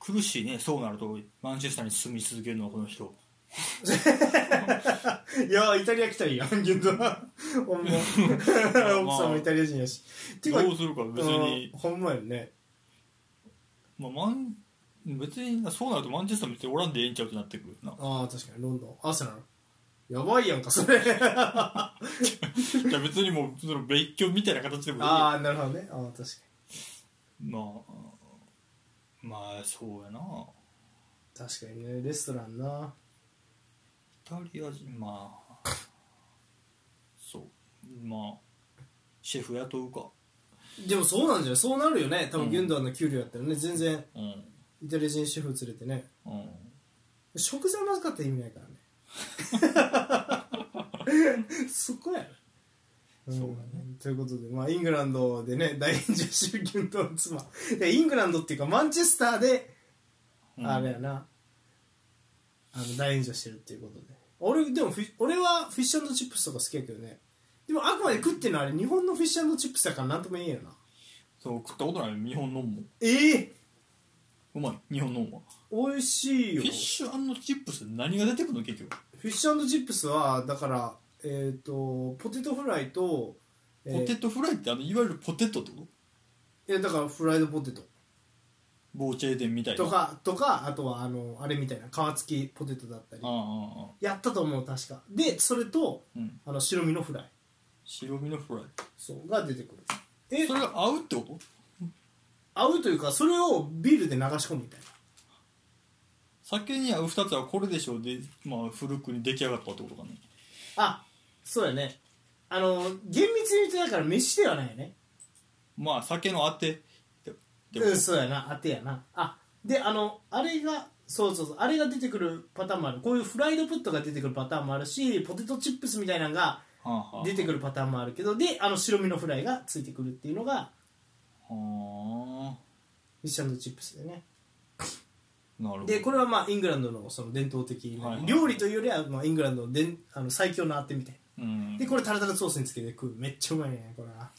B: 苦しいねそうなるとマンチェスターに住み続けるのはこの人
A: いやーイタリア来たらいいやんけど なほんま 奥さんもイタリア人やし、ていうか
B: どうするか別に
A: うんほんまやね
B: まあマン別になそうなるとマンチェスター別におらんでええんちゃうってなってくるな
A: ああ確かにロンドンアーセナルやばいやんか それ
B: いや別にもうその別居みたいな形でもいい
A: あ
B: や
A: あなるほどねああ確か
B: まあまあそうやな
A: に確かにねレストランな
B: イタリア人まあそうまあシェフ雇うか
A: でもそうなんじゃないそうなるよね多
B: う
A: 分
B: ん
A: ギュンドアンの給料やったらね全然
B: うん
A: イタリア人シェフ連れてね
B: うん
A: 食材まずかったら意味ないから ねそこやろ
B: そうだね
A: んということで、まあ、イングランドでね大炎上してるギュンドアン妻でイングランドっていうかマンチェスターで、
B: うん
A: あれやなあの大炎上してるっていうことで俺でもフィ俺はフィッシュチップスとか好きやけどねでもあくまで食ってるのはあれ日本のフィッシュチップスだからなんとも言えんよな
B: そう食ったことない日本のんも
A: ええ
B: うまい日本のんは
A: 美味しい
B: フ
A: よ
B: ィッシュチップス何が出てくるの結局
A: フィッシュチップスはだからえっ、とポテトフライと、え
B: ポ
A: ー
B: テトフライってあのいわゆるポテトってこと
A: いやだからフライドポテト
B: ボーチェーデンみたいな
A: とかとかあとはあのあれみたいな皮付きポテトだったり
B: ああああああ
A: やったと思う確かでそれと
B: うん
A: あの白身のフライ
B: 白身のフライ
A: そうが出てくるえ
B: それが合うってこと
A: 合うというかそれをビールで流し込むみたいな
B: 酒に合う2つはこれでしょうで、まあ、古くに出来上がったってことかね
A: あそうやねあの厳密に言うとだから飯ではないよね
B: まあ酒のあてってってこ
A: うんそうやなあてやなあであのあれがそうそうそうあれが出てくるパターンもあるこういうフライドポテトが出てくるパターンもあるしポテトチップスみたいなのが
B: とはあはあ
A: 出てくるパターンもあるけどであの白身のフライがついてくるっていうのが
B: は
A: フィッシュチップスでね
B: あなるほど
A: でこれはまあイングランドのその伝統的な
B: はいはい
A: 料理というよりはまあイングランドのでんあの最強のあてみたい
B: うん
A: なでこれタルタルソースにつけて食うめっちゃうまいねこれ は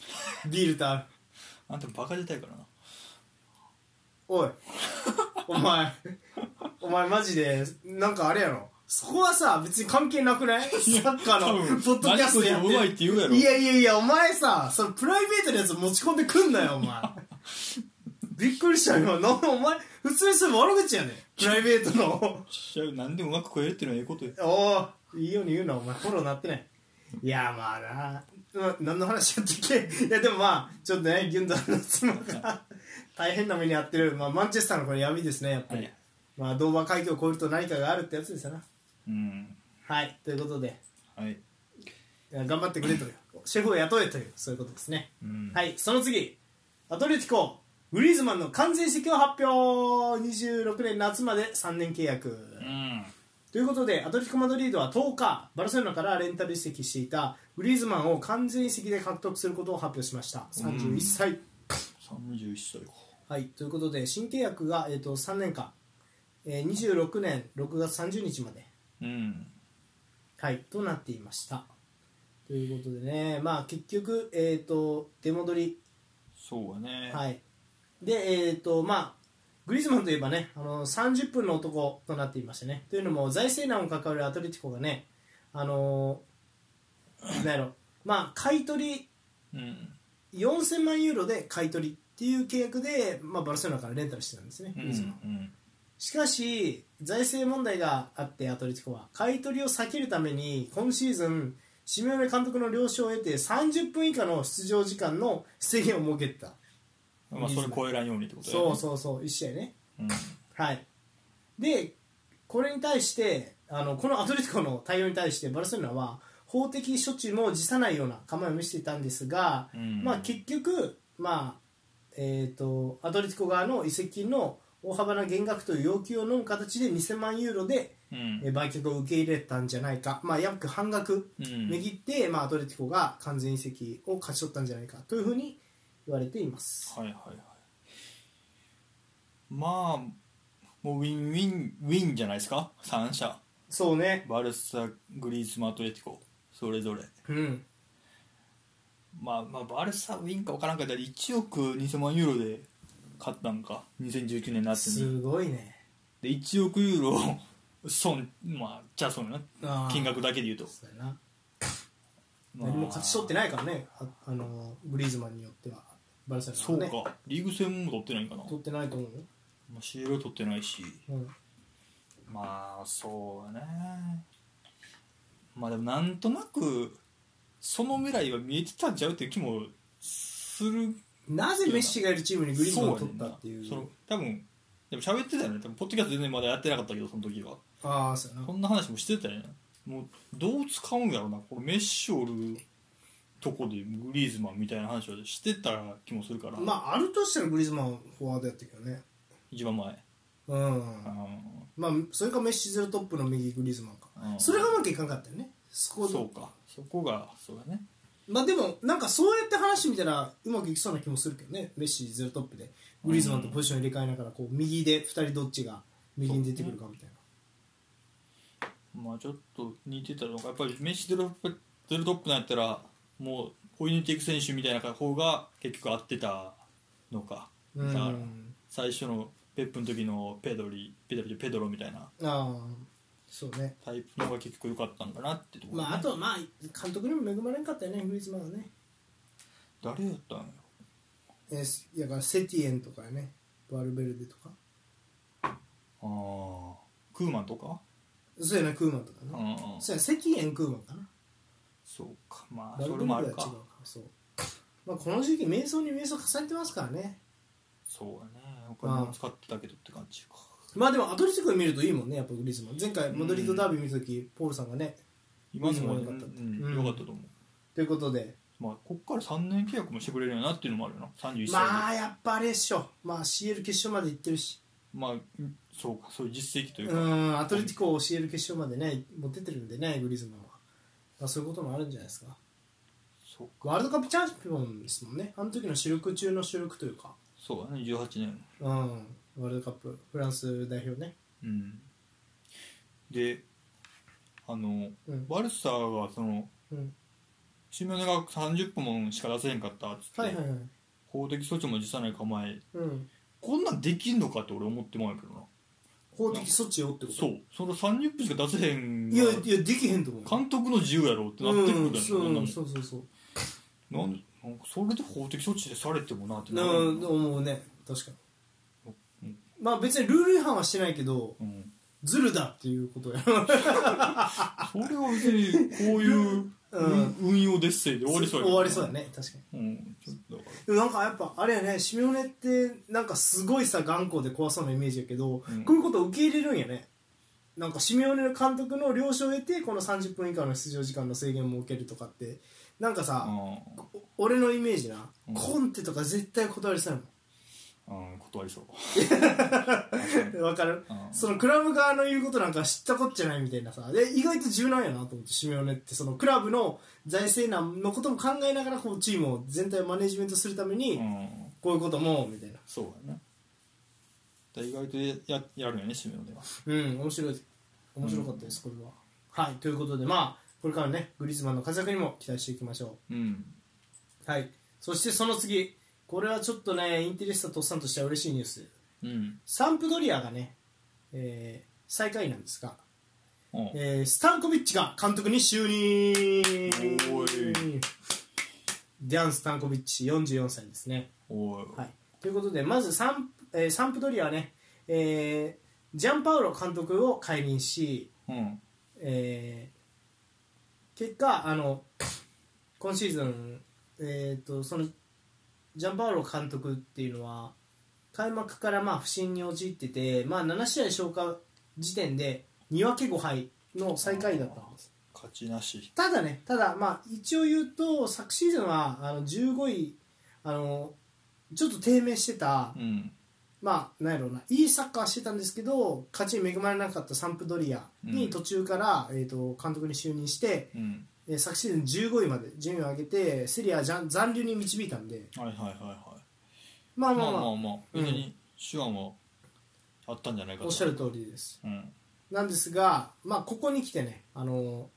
A: ビールと合う
B: あんたバカ自体からな
A: おいお前お前マジでなんかあれやろそこはさ別に関係なくないサッカー
B: 多
A: の
B: 分
A: ポッドキャストやって
B: 何食うてもうまいって言うやろ
A: いやいやいやお前さそのプライベートのやつ持ち込んでくんなよお 前びっくりしたよなお前普通にそれ悪口やねんプライベートの
B: しゃ何でもうまく食えるっていうのはええことや
A: おおいいように言うなお前フォローなってないいやまあなな何の話やったっけいやでもまあちょっとねギュンダルの妻が大変な目に遭ってる、まあ、マンチェスターのこれ闇ですねやっぱり、
B: はい
A: まあドーバー海峡を越えると何かがあるってやつですよな
B: うん
A: はいということで
B: はい
A: いや頑張ってくれというシェフを雇えというそういうことですね、
B: うん
A: はいその次アトレティコグリーズマンの完全席を発表26年夏まで3年契約、
B: うん
A: ということでアトレティコ・マドリードは10日バルセロナからレンタル移籍していたグリーズマンを完全移籍で獲得することを発表しました31歳、
B: 31歳か
A: はい、ということで新契約が、えー、と3年間、えー26年6月30日まで、
B: うん
A: はい、となっていましたということでね、まあ、結局、えー、と出戻り、
B: そうやね
A: はいでえーとまあ、グリーズマンといえばねあの30分の男となっていましたねというのも財政難を抱えるアトレティコがねあのーなんやろまあ買い取り
B: うん
A: 4000万ユーロで買い取りっていう契約で、まあ、バルセロナからレンタルしてたんですね、
B: う
A: グ
B: ん
A: リーズマン
B: うん
A: しかし財政問題があってアトレティコは買い取りを避けるために今シーズンシメオネ監督の了承を得て30分以下の出場時間の制限を設けてた
B: まあそれ超えらんようにってことやね
A: そうそうそう1試合ね
B: うん
A: はいでこれに対してあのこのアトレティコの対応に対してバルセロナは法的処置も辞さないような構えを見せていたんですが、
B: うん
A: まあ、結局、まあえー、とアトレティコ側の移籍金の大幅な減額という要求を飲む形で2000万ユーロで
B: うん
A: えー売却を受け入れたんじゃないか、まあ、約半額
B: うん
A: 値切って、まあ、アトレティコが完全移籍を勝ち取ったんじゃないかというふうに言われています。
B: はいはいはいまあもうウィンウィンウィンじゃないですか3社
A: そうね、
B: バルサグリーズマアトレティコそれぞれ
A: うん、
B: まあまあバルサウィンか分からんけど1億2000万ユーロで勝ったんか2019年夏に
A: すごいね。
B: で1億ユーロを損まあじゃあ損や
A: あ
B: な
A: ー
B: 金額だけで言うと、
A: そうやな
B: まあ
A: 何も勝ち取ってないからね、ああのグリーズマンによっては、バルセ
B: そ
A: ロ
B: う
A: ナ
B: か
A: はね、
B: リーグ戦も取ってないんかな、
A: 取ってないと思うよ。
B: まあ、CL 取ってないし
A: うん
B: まあそうねまあでもなんとなくその未来は見えてたんちゃうっていう気もする
A: なぜメッシがいるチームにグリーズマンを取ったってい
B: そうやねんなその多分でも喋ってたよね多分ポッドキャスト全然まだやってなかったけどその時は
A: ああそうやな
B: こんな話もしてたよねもうどう使うんやろうなこれメッシュおるとこでグリーズマンみたいな話をしてた気もするから、
A: まああるとしたらグリーズマンはフォワードやったけどね
B: 一番前
A: うん
B: あの
A: まあそれかメッシゼロトップの右グリーズマンか
B: うん
A: それがうまくいかんかったよねそこ
B: そうかそこがそうだね
A: まあでもなんかそうやって話見たらうまくいきそうな気もするけどねメッシゼロトップでグリーズマンとポジション入れ替えながらこう右で2人どっちが右に出てくるかみたいな
B: まあちょっと似てたのがやっぱりメッシュゼロトップゼロトップなんやったらもう追い抜いていく選手みたいな方が結局合ってたのか、
A: うん
B: だから最初のペップの時のペドリペドリペドロみたいな
A: ああそうね
B: タイプのが結構良かったんだなってところ、
A: まああとまあ監督にも恵まれんかったよねグリーズマンはね、
B: 誰やったんや
A: えーすいやだからセティエンとかねバルベルデとか
B: ろあークーマンとか、
A: そうやねクーマンとか
B: う
A: ね、
B: んうん、
A: そうやセティエンクーマンかな
B: そうかまあ
A: バル
B: そ
A: ベ
B: れ
A: ルデ
B: も
A: は
B: あ
A: 違
B: る
A: うか
B: から
A: そう、まあ、この時期瞑想に瞑想重ねてますからね
B: そうだねお金も使ってたけどって感じか
A: まあでもアトレティコ見るといいもんねやっぱグリーズマン前回マドリードダービー見た時、ポールさんがね
B: 今のも
A: う
B: 良
A: ん
B: かった,、うん
A: うん
B: 良かったと思う
A: ということで
B: まあこっから3年契約もしてくれるよなっていうのもあるよな31歳で
A: まあやっぱあれっしょまあ CL 決勝まで行ってるし
B: まあうんそうかそういう実績という
A: う
B: か、
A: んアトレティコを CL 決勝までね持ってってるんでねグリーズマンは、まあ、そういうこともあるんじゃないですか
B: そうか
A: ワールドカップチャンピオンですもんねあの時の主力中の主力というか
B: そうだね18年
A: うんワールドカップフランス代表ね
B: うんであの
A: うん、
B: バルサがその
A: うん、
B: シメオネが30分もしか出せへんかったっつって、
A: はいはいはい
B: 法的措置も辞さない構え
A: うん
B: こんなんできんのかって俺思ってまうけどな
A: 法的措置をってこと
B: そうその30分しか出せへん
A: いやいやできへんと思う
B: 監督の自由やろってなってくる
A: うん
B: だ
A: そ
B: よね、
A: う
B: こん
A: そうそうそう
B: なもんなんなんかそれで法的措置でされてもなってな
A: う
B: る
A: ん、思うね確かに
B: うん
A: まあ別にルール違反はしてないけど
B: うん、
A: ズルだっていうことや
B: それは別にこういう
A: うん
B: 運用デッセイで終わりそうやけど
A: 終わりそうだね確かに
B: うんちょっとだから
A: でもなんかやっぱあれやねシミオネってなんかすごいさ頑固で怖そうなイメージやけど、
B: うん
A: こういうことを受け入れるんやねなんかシミオネの監督の了承を得てこの30分以下の出場時間の制限を設けるとかってなんかさ、
B: あ
A: お俺のイメージな、
B: うん
A: コンテとか絶対断りそうや
B: ーうん断りそう
A: もんわかる
B: うん
A: そのクラブ側の言うことなんか知ったこっちゃないみたいなさで意外と柔軟やなと思ってシメオネってそのクラブの財政難のことも考えながらこうチームを全体をマネジメントするため
B: う
A: に
B: ん
A: こういうこともみたいな
B: そうやねだ意外とややるよね締めのでは
A: うん面白い面白かったです、これははいということでまあこれからねグリーズマンの活躍にも期待していきましょ
B: うん
A: うはいそしてその次これはちょっとねインテリスタとっさんとしては嬉しいニュース
B: うん
A: サンプドリアがね、えー最下位なんですが
B: うん
A: えースタンコビッチが監督に就任
B: おい
A: ディアン・スタンコビッチ44歳ですね、
B: おい
A: はい、ということでまずサン,、えーサンプドリアはね、えージャンパウロ監督を解任し、
B: うん
A: えー結果あの今シーズン、えー、とそのジャンパウロ監督っていうのは開幕からまあ不振に陥ってて、まあ、7試合消化時点で2分け5敗の最下位だったんです
B: 勝ちなし
A: ただね、ただ、まあ、一応言うと、昨シーズンはあの15位あの、ちょっと低迷してた、
B: うん
A: まあ、なんやろうな、いいサッカーしてたんですけど、勝ちに恵まれなかったサンプドリア
B: う
A: に
B: ん
A: 途中から、えー、と監督に就任して、
B: うん
A: えー昨シーズン15位まで順位を上げて、セリアじゃん残留に導いたんで、
B: はいはいはいは
A: まあ
B: いま
A: まあ
B: あ
A: まあ、
B: まあまあ
A: うん
B: 別に手腕はあったんじゃないかと
A: おっしゃる通りです。
B: うん
A: なんですが、まあ、ここに来てね、あの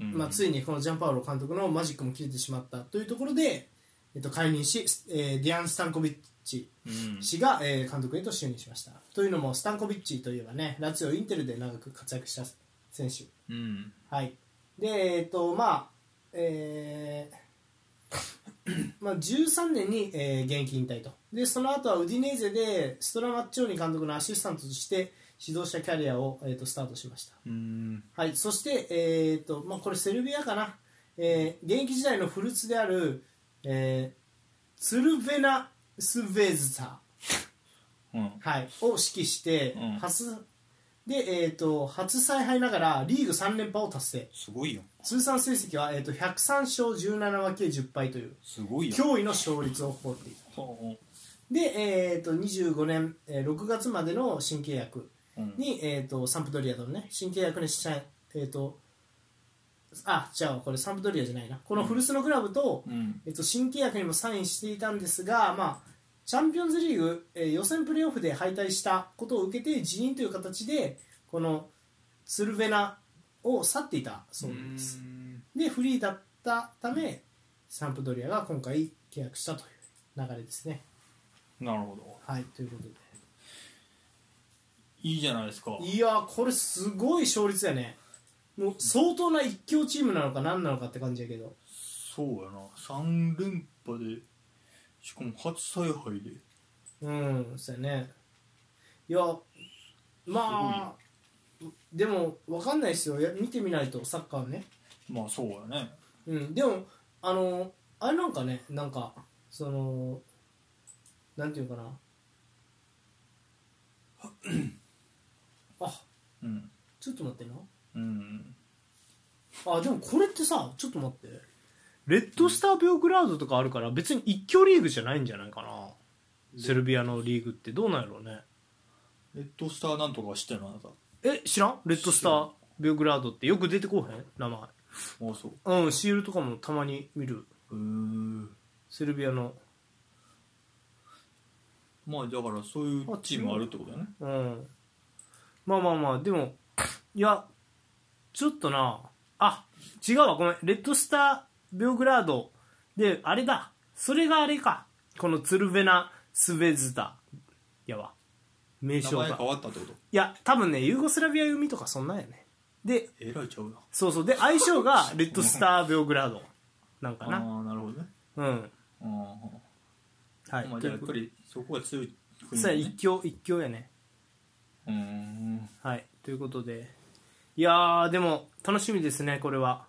B: うん
A: まあ、ついにこのジャンパウロ監督のマジックも切れてしまったというところで、えっと、解任し、えーディアン・スタンコビッチ
B: うん
A: 氏が、えー監督へと就任しましたというのもスタンコビッチといえばねラツィオインテルで長く活躍した選手
B: うん
A: はいでえっとまあえーまあ、13年に、えー現役引退とでその後はウディネーゼでストラマッチョーニ監督のアシスタントとして指導者キャリアを、えー、とスタートしました
B: うん
A: はい、そして、えーとまあ、これセルビアかな、えー現役時代のフルーツである、えーツルベナスベーズタ、
B: うん
A: はい、を指揮して、
B: うん
A: 初でえー、と初采配ながらリーグ3連覇を達成
B: すごいよ
A: 通算成績は、えー、と103勝17分け10敗という
B: すごいよ
A: 驚異の勝率を誇っていた
B: うん
A: で、えー、と25年えー6月までの新契約
B: うん
A: に、えー、とサンプドリアとのね新契約にしちゃえっ、とあじゃあこれサンプドリアじゃないなこの古巣のクラブと,、
B: うん
A: えー、と新契約にもサインしていたんですが、まあ、チャンピオンズリーグ、えー予選プレーオフで敗退したことを受けて辞任という形でこのツルベナを去っていたそうなんです
B: うん
A: でフリーだったためサンプドリアが今回契約したという流れですね。
B: なるほど
A: はい、ということで。
B: いいじゃないですか
A: いやーこれすごい勝率やねもう相当な一強チームなのか何なのかって感じやけど
B: そうやな3連覇でしかも初采配で
A: うんそうやねいやまあでも分かんないですよや見てみないとサッカーね
B: まあそうやね
A: うんでもあのあれなんかねなんかそのなんていうのかなあ
B: うん
A: ちょっと待ってな
B: うん
A: あでもこれってさちょっと待ってレッドスター・ベオグラードとかあるから別に一強リーグじゃないんじゃないかなセルビアのリーグってどうなんやろうね
B: レッドスターなんとかは知ってるのあなた
A: え知らんレッドスター・ベオグラードってよく出てこうへん名
B: あそう
A: 前うんシールとかもたまに見る
B: へー
A: セルビアの
B: まあだからそういうチームあるってことだね
A: うんまあまあまあでもいやちょっとなあ違うわごめんレッドスター・ベオグラードであれだそれがあれかこのツルベナ・スベズダやわ名
B: 名
A: 称が
B: 前変わったってこと
A: いや多分ねユーゴスラビア読みとかそんなんやねで
B: えらいちゃうな
A: そうそうで相性がレッドスター・ベオグラードなんか
B: あ
A: な
B: あなるほどね
A: うん
B: ああ
A: はい
B: ま
A: と
B: あじゃ
A: い
B: あ
A: う
B: やっ
A: こ
B: ぱ
A: とで
B: りそこが強い国
A: さ
B: だ
A: あ
B: ね
A: 一強一強やね
B: うーん
A: はいということでいやーでも楽しみですねこれは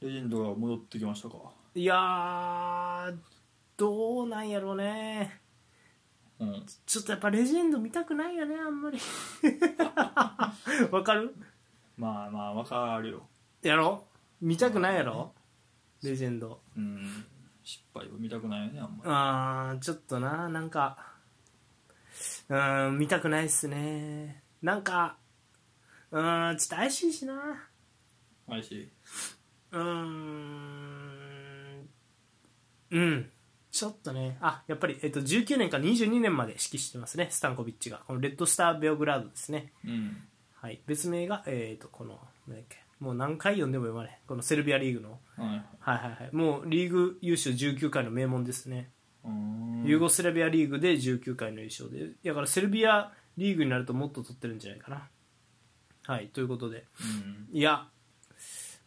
B: レジェンドが戻ってきましたか
A: いやーどうなんやろうね
B: うん
A: ちょっとやっぱレジェンド見たくないよねあんまりわかる
B: まあまあわかるよ
A: やろ見たくないやろレジェンド
B: うん失敗を見たくないよねあんまり
A: あーちょっとななんかうーん見たくないっすねなんかうーんちょっと怪しいしな
B: 怪しいう
A: ーんうんちょっとねあやっぱり、えっと、19年から22年まで指揮してますねスタンコビッチがこのレッドスター・ベオグラードですね
B: うん
A: はい別名がえっ、とこのなんだっけもう何回読んでも読まれんこのセルビアリーグの
B: はい
A: は
B: はい
A: いはいはいもうリーグ優勝19回の名門ですね
B: うーん
A: ユーゴスラビアリーグで19回の優勝でだからセルビアリーグになるともっと取ってるんじゃないかなはいということで
B: うん
A: いや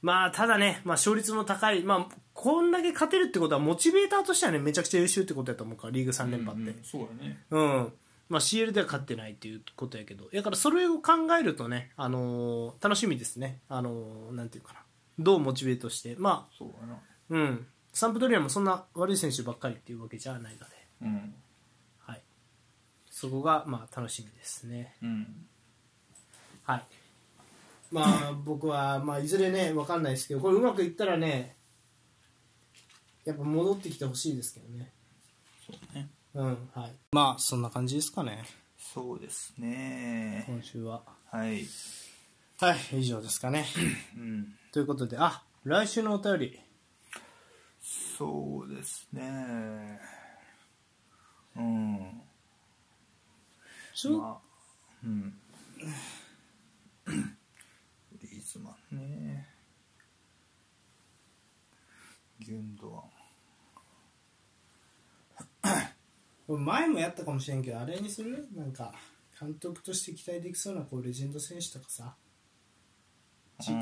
A: まあただね、まあ、勝率も高い、まあ、こんだけ勝てるってことはモチベーターとしてはねめちゃくちゃ優秀ってことやと思うからリーグ3連覇って
B: うんうんそうやね
A: うん、まあ、CL では勝ってないっていうことやけどだからそれを考えるとね、あのー楽しみですね、あのーなんていうかなどうモチベートしてまあ
B: そうやな
A: うんサンプドリアもそんな悪い選手ばっかりっていうわけじゃないので
B: うん
A: はい、そこがまあ楽しみですね。
B: うん
A: はいまあ、僕は、まあ、いずれね分かんないですけどこれうまくいったらねやっぱ戻ってきてほしいですけどね
B: そうね
A: うんはいまあそんな感じですかね
B: そうですね
A: 今週は
B: はい
A: はい以上ですか ね
B: うん
A: ということであ来週のお便り
B: そうですねうん
A: ちょ、
B: まあうん グリーズマンねギュンドアン
A: これ前もやったかもしれんけどあれにするなんか監督として期待できそうなこうレジェンド選手とかさち
B: う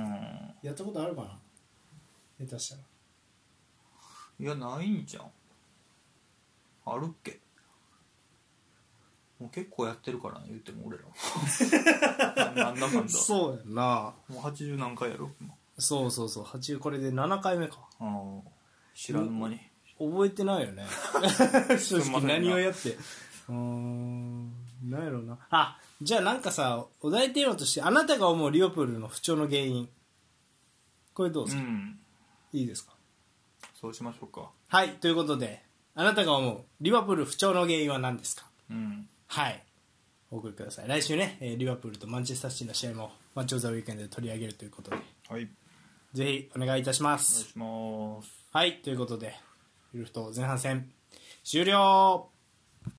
A: やったことあるかな下手したら
B: んいやないんじゃんあるっけもう結構やってるからな言っても俺 らなんだかんだ
A: そうやな
B: もう80何回やろ今
A: そうそうそう8これで7回目か
B: あの知らん間に
A: 覚えてない よね正
B: すん
A: 直
B: ませんな
A: 何をやってうーん何やろうなあじゃあなんかさお題テーマとしてあなたが思うリオプールの不調の原因これどうで
B: う
A: すか、
B: ん
A: いいですか
B: そうしましょうか
A: はいということであなたが思うリバプール不調の原因は何ですか
B: うん
A: はいお送りください来週ね、えーリバプールとマンチェスターシティの試合もマッチョ・ザ・ウィークエンドで取り上げるということで
B: はい
A: ぜひお願いいたしま
B: お願い
A: す
B: します
A: はいということでウルフと前半戦終了